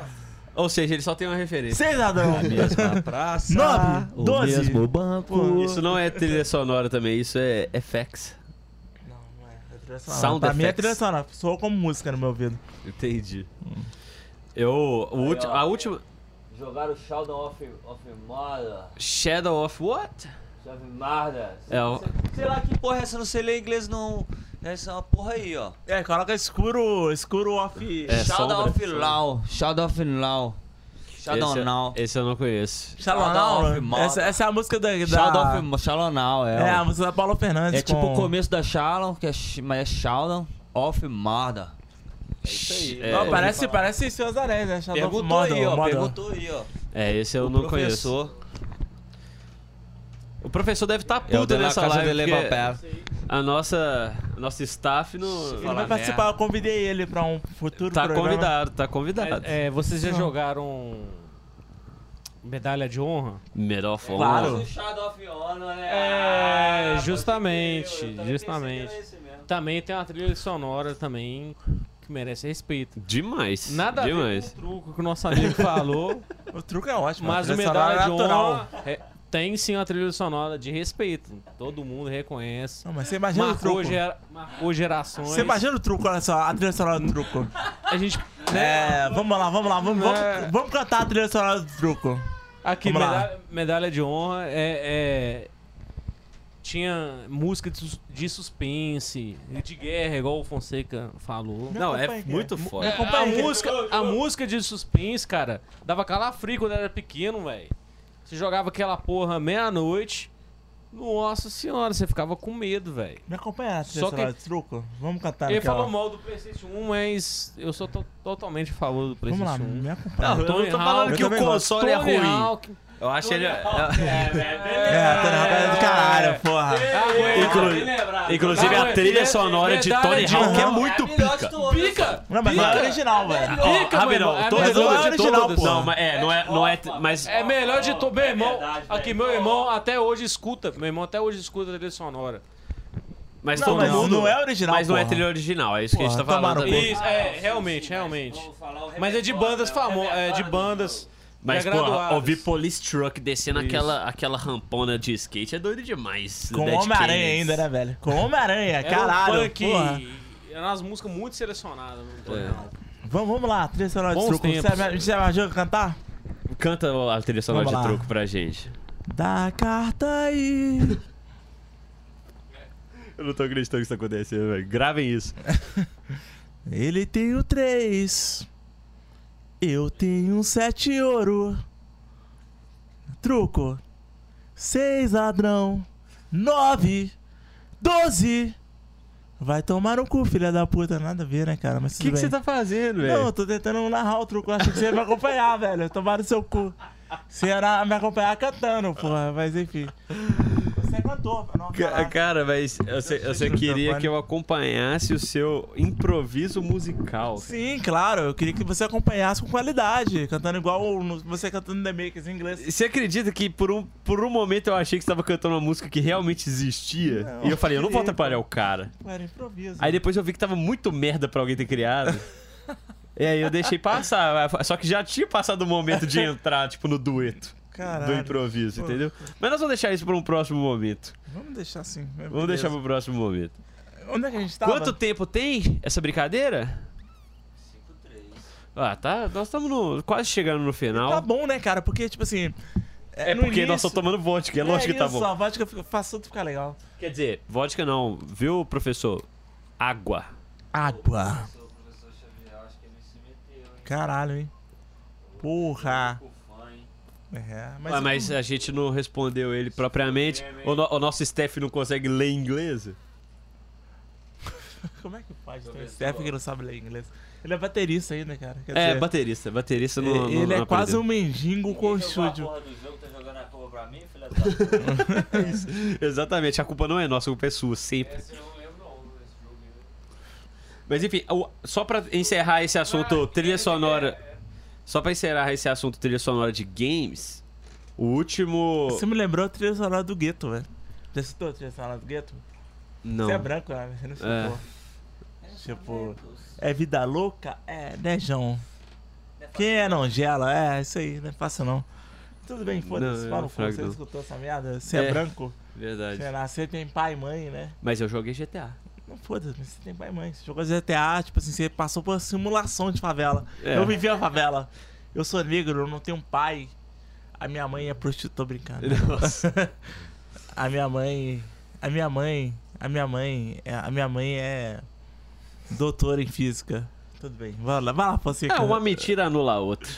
Speaker 1: Ou seja, ele só tem uma referência.
Speaker 2: Seis Adão!
Speaker 5: A mesma praça,
Speaker 2: Nove,
Speaker 5: o
Speaker 2: doze.
Speaker 5: mesmo banco.
Speaker 1: Isso não é trilha sonora também, isso é effects.
Speaker 2: Não, não é. É trilha sonora.
Speaker 1: Sound
Speaker 2: pra mim é
Speaker 1: effects.
Speaker 2: trilha sonora. Soa como música no meu ouvido.
Speaker 1: Entendi. Eu. o ulti-
Speaker 4: ó.
Speaker 1: a última.
Speaker 4: Jogaram Shadow of, of Mother,
Speaker 1: Shadow of What?
Speaker 4: Chave Marda.
Speaker 1: É, o-
Speaker 5: Sei lá que porra é essa, não sei ler inglês não. Essa é uma porra aí, ó.
Speaker 2: É, coloca escuro, escuro off.
Speaker 1: É,
Speaker 5: Shadow
Speaker 1: sombra.
Speaker 5: of Law. Shadow of Law. Shadow
Speaker 1: esse, é-
Speaker 5: Now.
Speaker 1: esse eu não conheço.
Speaker 5: Shadow
Speaker 2: Shalom,
Speaker 5: of
Speaker 2: Ah, não.
Speaker 5: Mouth.
Speaker 2: Essa, essa é a música da. da...
Speaker 5: Shadow of Shadow Now, é.
Speaker 2: É,
Speaker 5: ó.
Speaker 2: a música da Paula Fernandes.
Speaker 5: É tipo
Speaker 2: com-
Speaker 5: o começo da Shadow, que é, sh- mas é Shadow of Murder. É isso aí.
Speaker 1: É,
Speaker 2: Não,
Speaker 1: eu
Speaker 2: parece, parece Senhor dos Anéis, né? Shadow
Speaker 5: Perguntou
Speaker 2: of Mordor.
Speaker 5: aí, ó.
Speaker 2: Mordor.
Speaker 5: Perguntou aí, ó.
Speaker 1: É, esse eu
Speaker 5: O
Speaker 1: não conheço.
Speaker 5: professor.
Speaker 1: O professor deve estar
Speaker 5: É o
Speaker 1: puto
Speaker 5: de la
Speaker 1: nessa
Speaker 5: Casa de
Speaker 1: live. porque
Speaker 5: Papel.
Speaker 1: a nossa, a nossa staff não.
Speaker 5: Sim.
Speaker 2: Ele vai
Speaker 5: Fala
Speaker 2: participar,
Speaker 5: merda.
Speaker 2: eu convidei ele pra um futuro
Speaker 1: Tá
Speaker 2: programa.
Speaker 1: convidado, tá convidado.
Speaker 6: É, é, vocês já
Speaker 2: Não.
Speaker 6: jogaram medalha de honra?
Speaker 1: Melhor forma.
Speaker 2: Claro.
Speaker 4: O Shadow of Honor, né?
Speaker 6: É,
Speaker 4: pode
Speaker 6: justamente,
Speaker 4: crer, eu também pensei que era
Speaker 6: justamente.
Speaker 4: esse mesmo.
Speaker 6: Também tem uma trilha sonora também que merece respeito.
Speaker 1: Demais.
Speaker 6: Nada a ver
Speaker 1: demais.
Speaker 6: com o truco que o nosso amigo falou,
Speaker 2: O truque é ótimo.
Speaker 6: mas
Speaker 2: a
Speaker 6: o
Speaker 2: trilha sonora
Speaker 6: medalha de
Speaker 2: é natural.
Speaker 6: honra é- tem sim uma trilha sonora de respeito. Todo mundo reconhece.
Speaker 2: Não, mas você imagina o
Speaker 6: Marcou, é,
Speaker 2: truco.
Speaker 6: gera, marcou gerações.
Speaker 2: Você imagina o truco, olha só, a trilha sonora do truco.
Speaker 6: A gente. Né?
Speaker 2: É, vamos lá, vamos lá, vamos, vamos, vamos cantar a trilha sonora do truco.
Speaker 6: Aqui,
Speaker 2: Vamos lá.
Speaker 6: medalha, medalha de honra é. é- tinha música de, sus- de suspense, de guerra, igual o Fonseca falou.
Speaker 1: Não, é
Speaker 2: acompanha,
Speaker 1: muito
Speaker 2: cara.
Speaker 1: foda.
Speaker 6: A música, a música de suspense, cara, dava calafrio quando era pequeno, velho. Você jogava aquela porra meia-noite. Nossa senhora, você ficava com medo, velho.
Speaker 2: Me acompanha a trilha
Speaker 6: Só que-
Speaker 2: sonora do truco. Vamos cantar
Speaker 6: Ele
Speaker 2: naquela-
Speaker 6: falou mal do PlayStation 1, mas eu sou to- totalmente a favor do
Speaker 2: Vamos lá,
Speaker 6: PlayStation 1.
Speaker 2: me acompanha.
Speaker 1: Não, eu não
Speaker 6: Tony
Speaker 1: tô
Speaker 6: Hawk,
Speaker 1: falando que
Speaker 2: eu
Speaker 1: o
Speaker 2: também gosto.
Speaker 1: console é
Speaker 6: Tony
Speaker 1: ruim.
Speaker 6: Hawk.
Speaker 1: Eu acho ele. (laughs)
Speaker 2: É, Tony Hawk é do caralho, porra.
Speaker 6: É.
Speaker 1: Inclu- Inclusive a
Speaker 6: Não,
Speaker 1: trilha
Speaker 6: é-
Speaker 1: sonora de
Speaker 6: medalha
Speaker 1: Tony
Speaker 6: de
Speaker 1: Hawk é
Speaker 6: honra.
Speaker 1: muito pica.
Speaker 6: Pica!
Speaker 2: Não, mas não é original, velho.
Speaker 1: Ó,
Speaker 6: Pica,
Speaker 1: Rabi,
Speaker 6: mano,
Speaker 1: não,
Speaker 6: é
Speaker 1: todo
Speaker 6: melhor
Speaker 1: mundo
Speaker 2: de
Speaker 1: de
Speaker 2: original,
Speaker 1: todos.
Speaker 2: porra.
Speaker 1: Não, mas é, não é, não é, mas
Speaker 6: É melhor de todo. Meu irmão,
Speaker 4: verdade,
Speaker 6: aqui,
Speaker 4: velho.
Speaker 6: meu irmão até hoje escuta. Meu irmão até hoje escuta a trilha sonora.
Speaker 1: mas
Speaker 2: Não,
Speaker 1: todo
Speaker 2: mas
Speaker 1: mundo.
Speaker 2: não é original,
Speaker 1: Mas não é
Speaker 2: porra.
Speaker 1: trilha original, é isso que a gente tá
Speaker 2: Porra,
Speaker 1: falando.
Speaker 2: tomaram
Speaker 1: também.
Speaker 6: Isso, é, realmente, realmente. Mas é de bandas famosas, é de bandas.
Speaker 1: Mas,
Speaker 6: já
Speaker 1: pô,
Speaker 6: graduadas.
Speaker 1: ouvir Police Truck descendo
Speaker 6: Isso.
Speaker 1: aquela, aquela rampona de skate é doido demais.
Speaker 2: Com
Speaker 1: Dead
Speaker 2: Homem-Aranha
Speaker 1: Kennedys.
Speaker 2: ainda, né, velho? Com Homem-Aranha,
Speaker 6: Era
Speaker 2: caralho,
Speaker 6: Um funk,
Speaker 2: porra.
Speaker 6: eram umas músicas muito selecionadas. não tô
Speaker 1: É.
Speaker 6: não.
Speaker 2: Vamos, vamos lá, trilha sonora de
Speaker 6: Bons
Speaker 2: truco. Você
Speaker 6: tempos.
Speaker 2: você imagina cantar?
Speaker 1: Canta a trilha sonora
Speaker 2: Vamos
Speaker 1: de
Speaker 2: lá.
Speaker 1: truco pra gente.
Speaker 2: Dá a carta aí.
Speaker 1: Eu não tô acreditando que isso tá acontecendo, velho. Gravem isso.
Speaker 2: Ele tem o 3. Eu tenho um 7 ouro. Truco. 6 ladrão. 9. 12. Vai tomar um cu, filha da puta. Nada a ver, né, cara? Mas
Speaker 1: O que
Speaker 2: tudo
Speaker 1: que você
Speaker 2: bem.
Speaker 1: tá fazendo,
Speaker 2: Não, eu
Speaker 1: velho?
Speaker 2: tô tentando narrar o truco. Eu achei que você ia me acompanhar, (laughs) velho. Tomar no seu cu. Você ia me acompanhar cantando, porra. Mas enfim. Você é cantor, não.
Speaker 1: Ca-
Speaker 2: caralho.
Speaker 1: Cara, mas eu sei- eu sei
Speaker 2: no
Speaker 1: queria
Speaker 2: microfone.
Speaker 1: que eu acompanhasse o seu improviso musical.
Speaker 2: Sim, claro. Eu queria que você acompanhasse com qualidade. Cantando igual no- você cantando The Makers em inglês.
Speaker 1: Você acredita que por um, por um momento eu achei que você tava cantando uma música que realmente existia?
Speaker 2: Não.
Speaker 1: e eu falei, eu não vou
Speaker 2: (laughs)
Speaker 1: atrapalhar o cara.
Speaker 2: Era improviso.
Speaker 1: Aí depois eu vi que tava muito merda pra alguém ter criado. e aí eu deixei passar. Só que já tinha passado o momento de entrar, tipo, no dueto.
Speaker 2: Caralho.
Speaker 1: Do improviso,
Speaker 2: Pô.
Speaker 1: entendeu? Mas nós vamos deixar isso pra um próximo momento.
Speaker 2: Vamos deixar assim.
Speaker 1: Vamos deixar pro próximo momento.
Speaker 2: Onde é que a gente tava?
Speaker 1: Quanto tempo tem essa brincadeira? 5-3. Ah, tá. Nós estamos quase chegando no final.
Speaker 2: Tá bom, né, cara? Porque, tipo assim...
Speaker 1: É
Speaker 2: no
Speaker 1: porque nós só
Speaker 2: início-
Speaker 1: tomando vodka, é lógico que tá
Speaker 2: isso,
Speaker 1: bom.
Speaker 2: A vodka fica- faz tudo ficar legal.
Speaker 1: Quer dizer, vodka não, viu, professor? Água.
Speaker 2: Água. Caralho, hein? Porra. É, mas... é
Speaker 1: Ah, mas a gente não respondeu ele propriamente. O, no- o nosso staff não consegue ler inglês?
Speaker 2: Como é que faz? Tem um Steph que não sabe ler inglês. Ele é baterista ainda, cara. Quer
Speaker 1: É,
Speaker 2: dizer,
Speaker 1: baterista. Baterista
Speaker 2: Ele,
Speaker 1: não.
Speaker 2: ele é quase um mendigo com o estúdio.
Speaker 4: porra do jogo, tá jogando a culpa pra mim, filha da
Speaker 2: (laughs)
Speaker 1: (laughs)
Speaker 4: puta.
Speaker 1: Exatamente, a culpa não é nossa, a culpa é sua, sempre.
Speaker 2: né?
Speaker 1: Mas enfim, o- só pra encerrar esse assunto,
Speaker 2: Ah, é,
Speaker 1: trilha sonora. Só pra encerrar esse assunto, trilha sonora de games, o último.
Speaker 2: Você me lembrou a trilha sonora do gueto, velho. Já citou a trilha sonora do gueto?
Speaker 1: Não.
Speaker 2: Você é branco, né? Você não
Speaker 1: É.
Speaker 2: escutou. Tipo, é vida louca? É, né, João? Quem é Nongela? É, isso aí, não é fácil não. Tudo bem, foda-se,
Speaker 1: Não,
Speaker 2: fala
Speaker 1: é
Speaker 2: um pouco, você
Speaker 1: fraco.
Speaker 2: escutou essa merda? Você é,
Speaker 1: É.
Speaker 2: branco?
Speaker 1: Verdade.
Speaker 2: Você nasceu, tem pai e mãe, né?
Speaker 1: Mas eu joguei GTA.
Speaker 2: Não foda-se, mas você tem pai e mãe. Você jogou GTA, tipo assim, você passou por simulação de favela.
Speaker 1: É.
Speaker 2: Eu vivi a favela. Eu sou negro, eu não tenho pai. A minha mãe é prostituta, tô brincando.
Speaker 1: (laughs) Nossa.
Speaker 2: (laughs) A minha mãe. A minha mãe. A minha mãe. é- A minha mãe é. Doutora em física. Tudo bem. Vai lá, vai lá, Fonseca.
Speaker 1: É,
Speaker 2: (laughs)
Speaker 1: uma mentira anula a outra.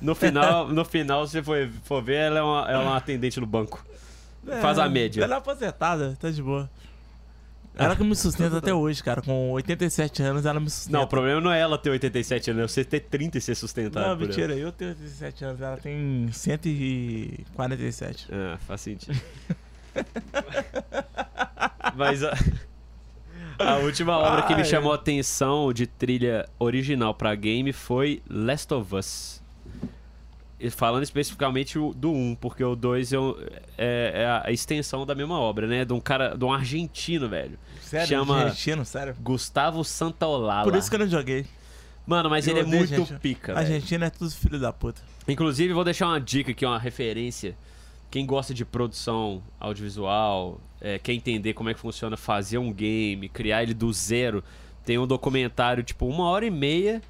Speaker 1: No final, no final se você for, for ver, ela é, uma, ela é uma atendente no banco.
Speaker 2: É,
Speaker 1: Faz a média. É.
Speaker 2: Ela é aposentada, tá de boa. Ela que me sustenta até hoje, cara. Com 87 anos, ela me sustenta.
Speaker 1: Não, o problema não é ela ter 87 anos, é você ter 30 e ser sustentado.
Speaker 2: Não,
Speaker 1: por ela.
Speaker 2: mentira. Eu tenho 87 anos, ela tem 147.
Speaker 1: Ah, faz sentido. (laughs) Mas a, a última obra que me
Speaker 2: Ai.
Speaker 1: chamou a atenção de trilha original pra game foi Last of Us. E falando especificamente o- do 1, porque o 2 é, um- é- é a- a extensão da mesma obra, né? De um cara, de um argentino, velho.
Speaker 2: Sério?
Speaker 1: Chama-
Speaker 2: Argentino, sério.
Speaker 1: Gustavo Santaolala.
Speaker 2: Por isso que eu não joguei.
Speaker 1: Mano, mas
Speaker 2: Eu
Speaker 1: ele é
Speaker 2: odeio
Speaker 1: muito
Speaker 2: gente-
Speaker 1: pica, velho.
Speaker 2: Argentino é tudo filho da puta.
Speaker 1: Inclusive, vou deixar uma dica aqui, uma referência quem gosta de produção audiovisual, é, quer entender como é que funciona fazer um game, criar ele do zero, tem um documentário, tipo, uma hora e meia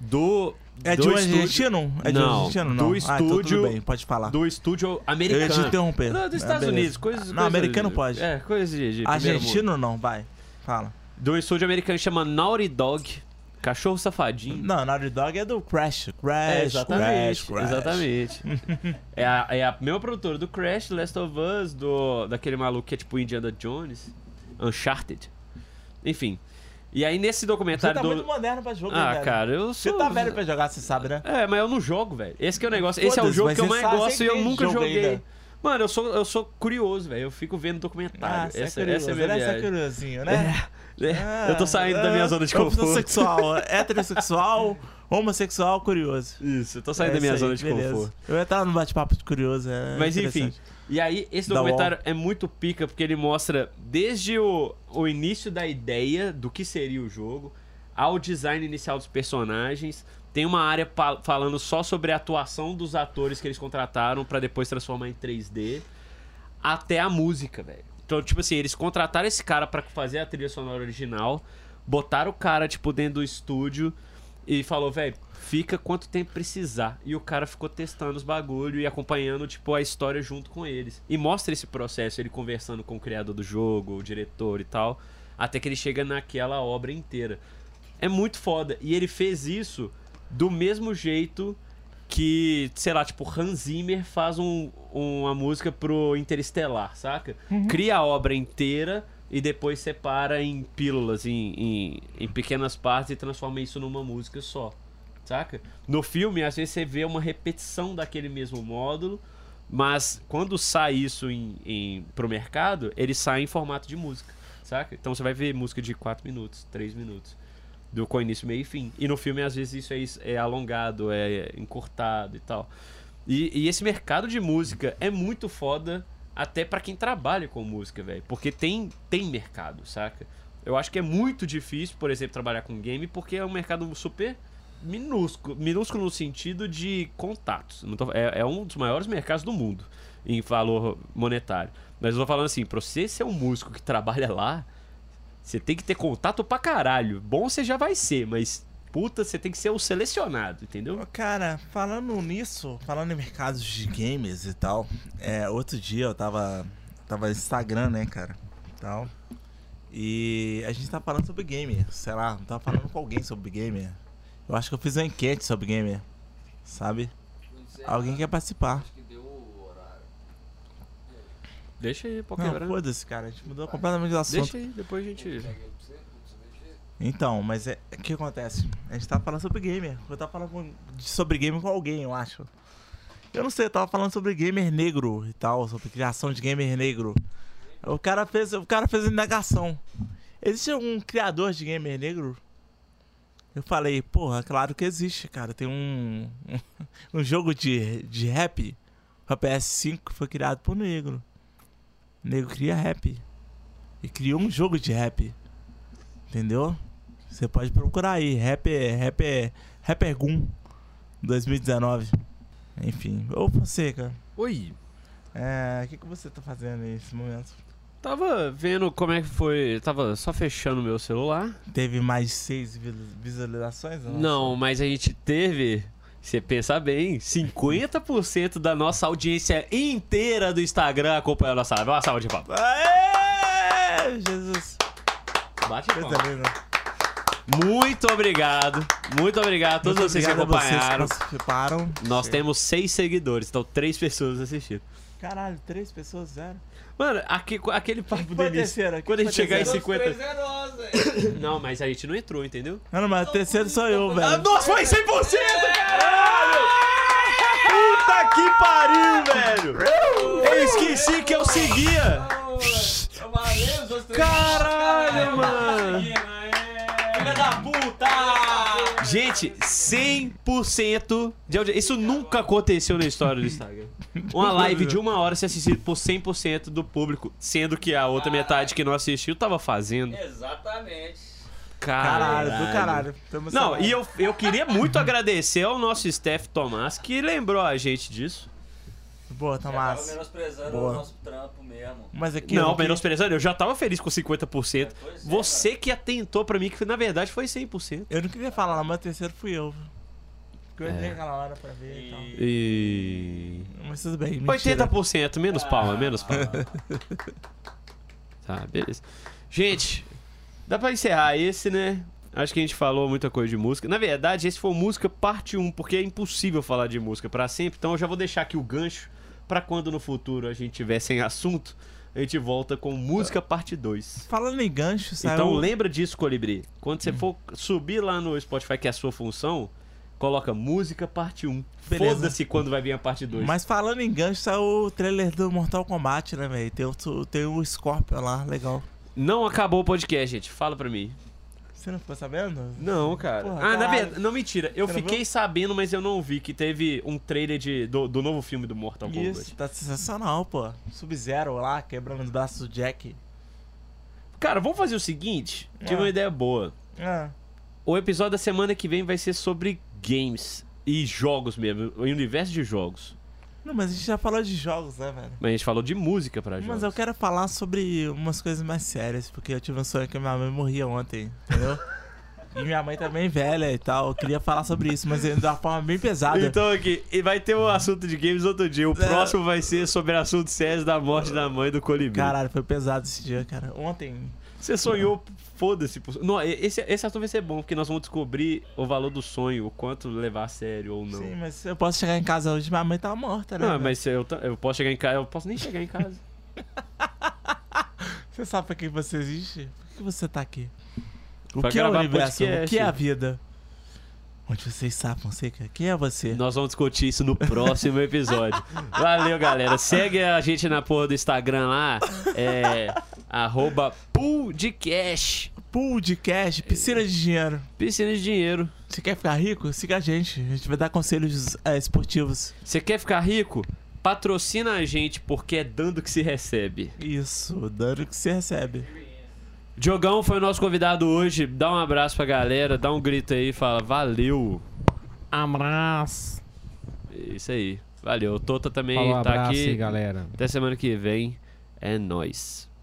Speaker 1: do.
Speaker 2: É
Speaker 1: do
Speaker 2: de um
Speaker 1: estúdio-
Speaker 2: argentino? É de um
Speaker 1: Não,
Speaker 2: argentino?
Speaker 1: do
Speaker 2: Não. Ah, então
Speaker 1: estúdio-
Speaker 2: tudo bem, pode falar.
Speaker 1: Do estúdio
Speaker 2: Eu ia te
Speaker 1: americano.
Speaker 2: interromper.
Speaker 1: Não, dos
Speaker 2: Ah,
Speaker 1: Estados
Speaker 2: beleza.
Speaker 1: Unidos, coisas.
Speaker 2: Não,
Speaker 1: coisas-
Speaker 2: americano pode.
Speaker 1: É, coisas de. de primeiro mundo.
Speaker 2: Argentino não, vai. Fala.
Speaker 1: Do estúdio americano chama Naughty Dog, Cachorro Safadinho.
Speaker 2: Não, Naughty Dog é do Crash. Crash,
Speaker 1: É, exatamente.
Speaker 2: Crash, Crash. (laughs)
Speaker 1: Exatamente. é, a, é a mesma produtora do Crash, do Last of Us, do, daquele maluco que é tipo Indiana Jones, Uncharted. Enfim. E aí nesse
Speaker 2: Você
Speaker 1: documentário
Speaker 2: tá
Speaker 1: do.
Speaker 2: muito moderno pra jogo, hein,
Speaker 1: ah,
Speaker 2: velho?
Speaker 1: cara, eu
Speaker 2: Você
Speaker 1: sou.
Speaker 2: tá velho pra jogar, você sabe, né?
Speaker 1: É, mas eu não jogo, velho. Esse que é o negócio. Esse é o
Speaker 2: Foda-se,
Speaker 1: jogo
Speaker 2: mas
Speaker 1: que eu
Speaker 2: você
Speaker 1: mais
Speaker 2: sabe
Speaker 1: gosto e eu
Speaker 2: que
Speaker 1: nunca
Speaker 2: jogo
Speaker 1: joguei.
Speaker 2: ainda.
Speaker 1: Mano, eu sou, eu sou curioso, velho. Eu fico vendo documentário.
Speaker 2: você
Speaker 1: essa,
Speaker 2: é curioso,
Speaker 1: essa é a minha
Speaker 2: né? Você é
Speaker 1: viagem.
Speaker 2: curiosinho, né?
Speaker 1: É, (laughs) eu tô saindo da minha
Speaker 2: Ah,
Speaker 1: zona de conforto.
Speaker 2: Homossexual, heterossexual, homossexual, curioso.
Speaker 1: Isso, eu tô saindo
Speaker 2: É
Speaker 1: da minha
Speaker 2: isso
Speaker 1: zona
Speaker 2: aí,
Speaker 1: de
Speaker 2: beleza.
Speaker 1: conforto.
Speaker 2: Eu ia estar no bate-papo de curioso, é
Speaker 1: Mas enfim,
Speaker 2: interessante.
Speaker 1: e aí esse
Speaker 2: Da
Speaker 1: documentário é muito pica porque ele mostra desde o, o início da ideia do que seria o jogo ao design inicial dos personagens. Tem uma área pa- falando só sobre a atuação dos atores que eles contrataram pra depois transformar em 3D até a música, velho. Então, tipo assim, eles contrataram esse cara pra fazer a trilha sonora original, botaram o cara, tipo, dentro do estúdio e falou, velho, fica quanto tempo precisar. E o cara ficou testando os bagulho e acompanhando, tipo, a história junto com eles. E mostra esse processo, ele conversando com o criador do jogo, o diretor e tal, até que ele chega naquela obra inteira. É muito foda. E ele fez isso do mesmo jeito que, sei lá, tipo, Hans Zimmer faz um- uma música pro Interestelar, saca? Cria a obra inteira e depois separa em pílulas, em, em- em pequenas partes e transforma isso numa música só, saca? No filme, às vezes você vê uma repetição daquele mesmo módulo, mas quando sai isso em, em, pro mercado, ele sai em formato de música, saca? Então você vai ver música de 4 minutos, 3 minutos do com início, meio e fim. E no filme, às vezes, isso é, é alongado, é encurtado e tal. E, e esse mercado de música é muito foda até pra quem trabalha com música, velho. Porque tem, tem mercado, saca? Eu acho que é muito difícil, por exemplo, trabalhar com game, porque é um mercado super minúsculo. Minúsculo no sentido de contatos. Não tô- é, é um dos maiores mercados do mundo em valor monetário. Mas eu tô falando assim, pra você ser um músico que trabalha lá, você tem que ter contato pra caralho. Bom você já vai ser, mas puta, você tem que ser o selecionado, entendeu?
Speaker 2: Cara, falando nisso, falando em mercados de games e tal, é, outro dia eu tava, tava no Instagram, né, cara, e tal, e a gente tava falando sobre gamer, sei lá, tava falando com alguém sobre gamer, eu acho que eu fiz uma enquete sobre gamer, sabe? Alguém quer participar.
Speaker 1: Deixa aí, pô,
Speaker 2: Não,
Speaker 1: quebrar.
Speaker 2: foda-se, cara, a gente mudou completamente o assunto.
Speaker 1: Deixa aí, depois a gente.
Speaker 2: Então, mas é o que acontece? A gente tava falando sobre gamer. Eu tava falando com- de- sobre gamer com alguém, eu acho. Eu não sei, eu tava falando sobre gamer negro e tal, sobre criação de gamer negro. O cara fez, o cara fez a indagação. Existe algum criador de gamer negro? Eu falei, porra, claro que existe, cara. Tem um (laughs) um jogo de, de rap pra PS5 que foi criado por negro. negro cria rap. E criou um jogo de rap. Entendeu? Você pode procurar aí. Rap, rap, Rapper Goon 2019. Enfim. Ô, Fonseca.
Speaker 1: Oi.
Speaker 2: É. O que, que você tá fazendo aí nesse momento?
Speaker 1: Tava vendo como é que foi. Tava só fechando o meu celular.
Speaker 2: Teve mais seis vi- visualizações? ou
Speaker 1: Não, mas a gente teve. Você pensar bem, 50% da nossa audiência inteira do Instagram acompanhou a nossa live. Uma salva de palmas.
Speaker 2: Aê! Jesus.
Speaker 1: Bate palma.
Speaker 2: Coisa linda.
Speaker 1: Muito obrigado. Muito obrigado a todos
Speaker 2: Muito
Speaker 1: vocês que
Speaker 2: obrigado a vocês
Speaker 1: acompanharam.
Speaker 2: participaram.
Speaker 1: Nós temos seis seguidores, então três pessoas assistindo.
Speaker 2: Caralho, três pessoas, zero.
Speaker 1: Mano, aque- aquele papo do
Speaker 2: foi
Speaker 1: início.
Speaker 2: terceiro?
Speaker 1: Quando a gente
Speaker 2: Foi
Speaker 1: chegar em
Speaker 2: terceiro?
Speaker 1: 50.
Speaker 3: é nós, velho.
Speaker 1: (coughs) Não, mas a gente não entrou, entendeu?
Speaker 2: Ah, Não, mas o terceiro sou eu, velho.
Speaker 1: Ah, Nossa, foi 100%, caralho! Puta que pariu, velho! Eu esqueci que eu seguia!
Speaker 3: Ô, valeu, os outros três.
Speaker 1: Caralho, mano!
Speaker 3: Filha da puta!
Speaker 1: Gente, 100% de audiência. Isso nunca aconteceu na história do Instagram. Uma live de uma hora ser assistida por 100% do público, sendo que a outra metade que não assistiu tava fazendo.
Speaker 4: Exatamente.
Speaker 2: Caralho,
Speaker 1: Caralho.
Speaker 2: do caralho. Tô
Speaker 1: Não,
Speaker 2: emocionado.
Speaker 1: e eu, eu queria muito agradecer ao nosso Steph Tomás que lembrou a gente disso.
Speaker 2: Boa,
Speaker 4: Já tava
Speaker 2: Tomás.
Speaker 4: menosprezando
Speaker 2: Boa.
Speaker 4: o nosso trampo mesmo.
Speaker 2: Mas aqui. eu
Speaker 1: Não,
Speaker 2: quis-
Speaker 1: menosprezando, eu já tava feliz com 50%.
Speaker 4: É, pois é,
Speaker 1: Você que atentou pra mim que na verdade foi 100%.
Speaker 2: Eu não queria falar, mas o terceiro fui eu. Porque eu entrei aquela hora pra ver e,
Speaker 4: E...
Speaker 1: E
Speaker 2: tal. Mas tudo bem. Mentira.
Speaker 1: 80%, menos palma, menos palma. tá, beleza. Gente, dá pra encerrar esse, né? Acho que a gente falou muita coisa de música. Na verdade, esse foi o música parte 1, porque é impossível falar de música pra sempre. Então eu já vou deixar aqui o gancho pra quando no futuro a gente tiver sem assunto, a gente volta com música parte 2.
Speaker 2: Falando em gancho, saiu. um- Uhum.
Speaker 1: Então lembra disso, Colibri. Quando você for subir lá no Spotify, que é a sua função, coloca música parte 1.
Speaker 2: Beleza.
Speaker 1: Foda-se quando vai vir a parte 2.
Speaker 2: Mas falando em gancho, saiu o trailer do Mortal Kombat, né, velho? Tem o, tem o Scorpion lá, legal.
Speaker 1: Não acabou o podcast, gente. Fala pra mim.
Speaker 2: Você não ficou sabendo?
Speaker 1: Não, cara.
Speaker 2: Porra,
Speaker 1: ah, na
Speaker 2: caralho.
Speaker 1: verdade, não mentira. Eu
Speaker 2: Você não
Speaker 1: fiquei sabendo, mas eu não vi que teve um trailer de, do, do novo filme do Mortal Kombat.
Speaker 2: Isso, tá sensacional, pô. Sub-Zero lá, quebrando os braços do Jack.
Speaker 1: Cara, vamos fazer o seguinte. Tive
Speaker 2: Ah.
Speaker 1: uma ideia boa.
Speaker 2: Ah,
Speaker 1: O episódio da semana que vem vai ser sobre games e jogos mesmo, o universo de jogos.
Speaker 2: Não, mas a gente já falou de jogos, né, velho?
Speaker 1: Mas a gente falou de música pra jogos.
Speaker 2: Mas eu quero falar sobre umas coisas mais sérias, porque eu tive um sonho que minha mãe morria ontem, entendeu? e minha mãe também é velha e tal. Eu queria falar sobre isso, mas de uma forma bem pesada.
Speaker 1: Então aqui, e vai ter um assunto de games outro dia. O
Speaker 2: É.
Speaker 1: próximo vai ser sobre assuntos sérios da morte da mãe do Colibri.
Speaker 2: Caralho, foi pesado esse dia, cara. Ontem.
Speaker 1: Você sonhou, foda-se. por- Não, esse, esse assunto vai ser bom, porque nós vamos descobrir o valor do sonho, o quanto levar a sério ou não.
Speaker 2: Sim, mas eu posso chegar em casa hoje, minha mãe tá morta, né?
Speaker 1: Não,
Speaker 2: velho?
Speaker 1: mas eu, ta- eu posso chegar em casa, eu posso nem chegar em casa.
Speaker 2: Você sabe pra que você existe? Por que você tá aqui? O
Speaker 1: Pra
Speaker 2: que é o
Speaker 1: gravar
Speaker 2: universo? O que
Speaker 1: podcast.
Speaker 2: é a vida? Onde vocês sabem, Fonseca? Quem é
Speaker 1: (laughs)
Speaker 2: você?
Speaker 1: Nós vamos discutir isso no próximo episódio. Valeu, galera. Segue a gente na porra do Instagram lá. É. arroba pool de cash.
Speaker 2: Pool de cash, piscina de dinheiro.
Speaker 1: Piscina de dinheiro.
Speaker 2: Você quer ficar rico? Siga a gente. A gente vai dar conselhos eh, esportivos.
Speaker 1: Você quer ficar rico? Patrocina a gente, porque é dando que se recebe.
Speaker 2: Isso, dando o que você recebe.
Speaker 1: Diogão foi o nosso convidado hoje. Dá um abraço pra galera, dá um grito aí, fala valeu.
Speaker 6: Abraço.
Speaker 1: É Isso aí. Valeu. Tota também
Speaker 6: Falou,
Speaker 1: tá
Speaker 6: abraço
Speaker 1: aqui.
Speaker 6: aí, galera.
Speaker 1: Até semana que vem. É nóis.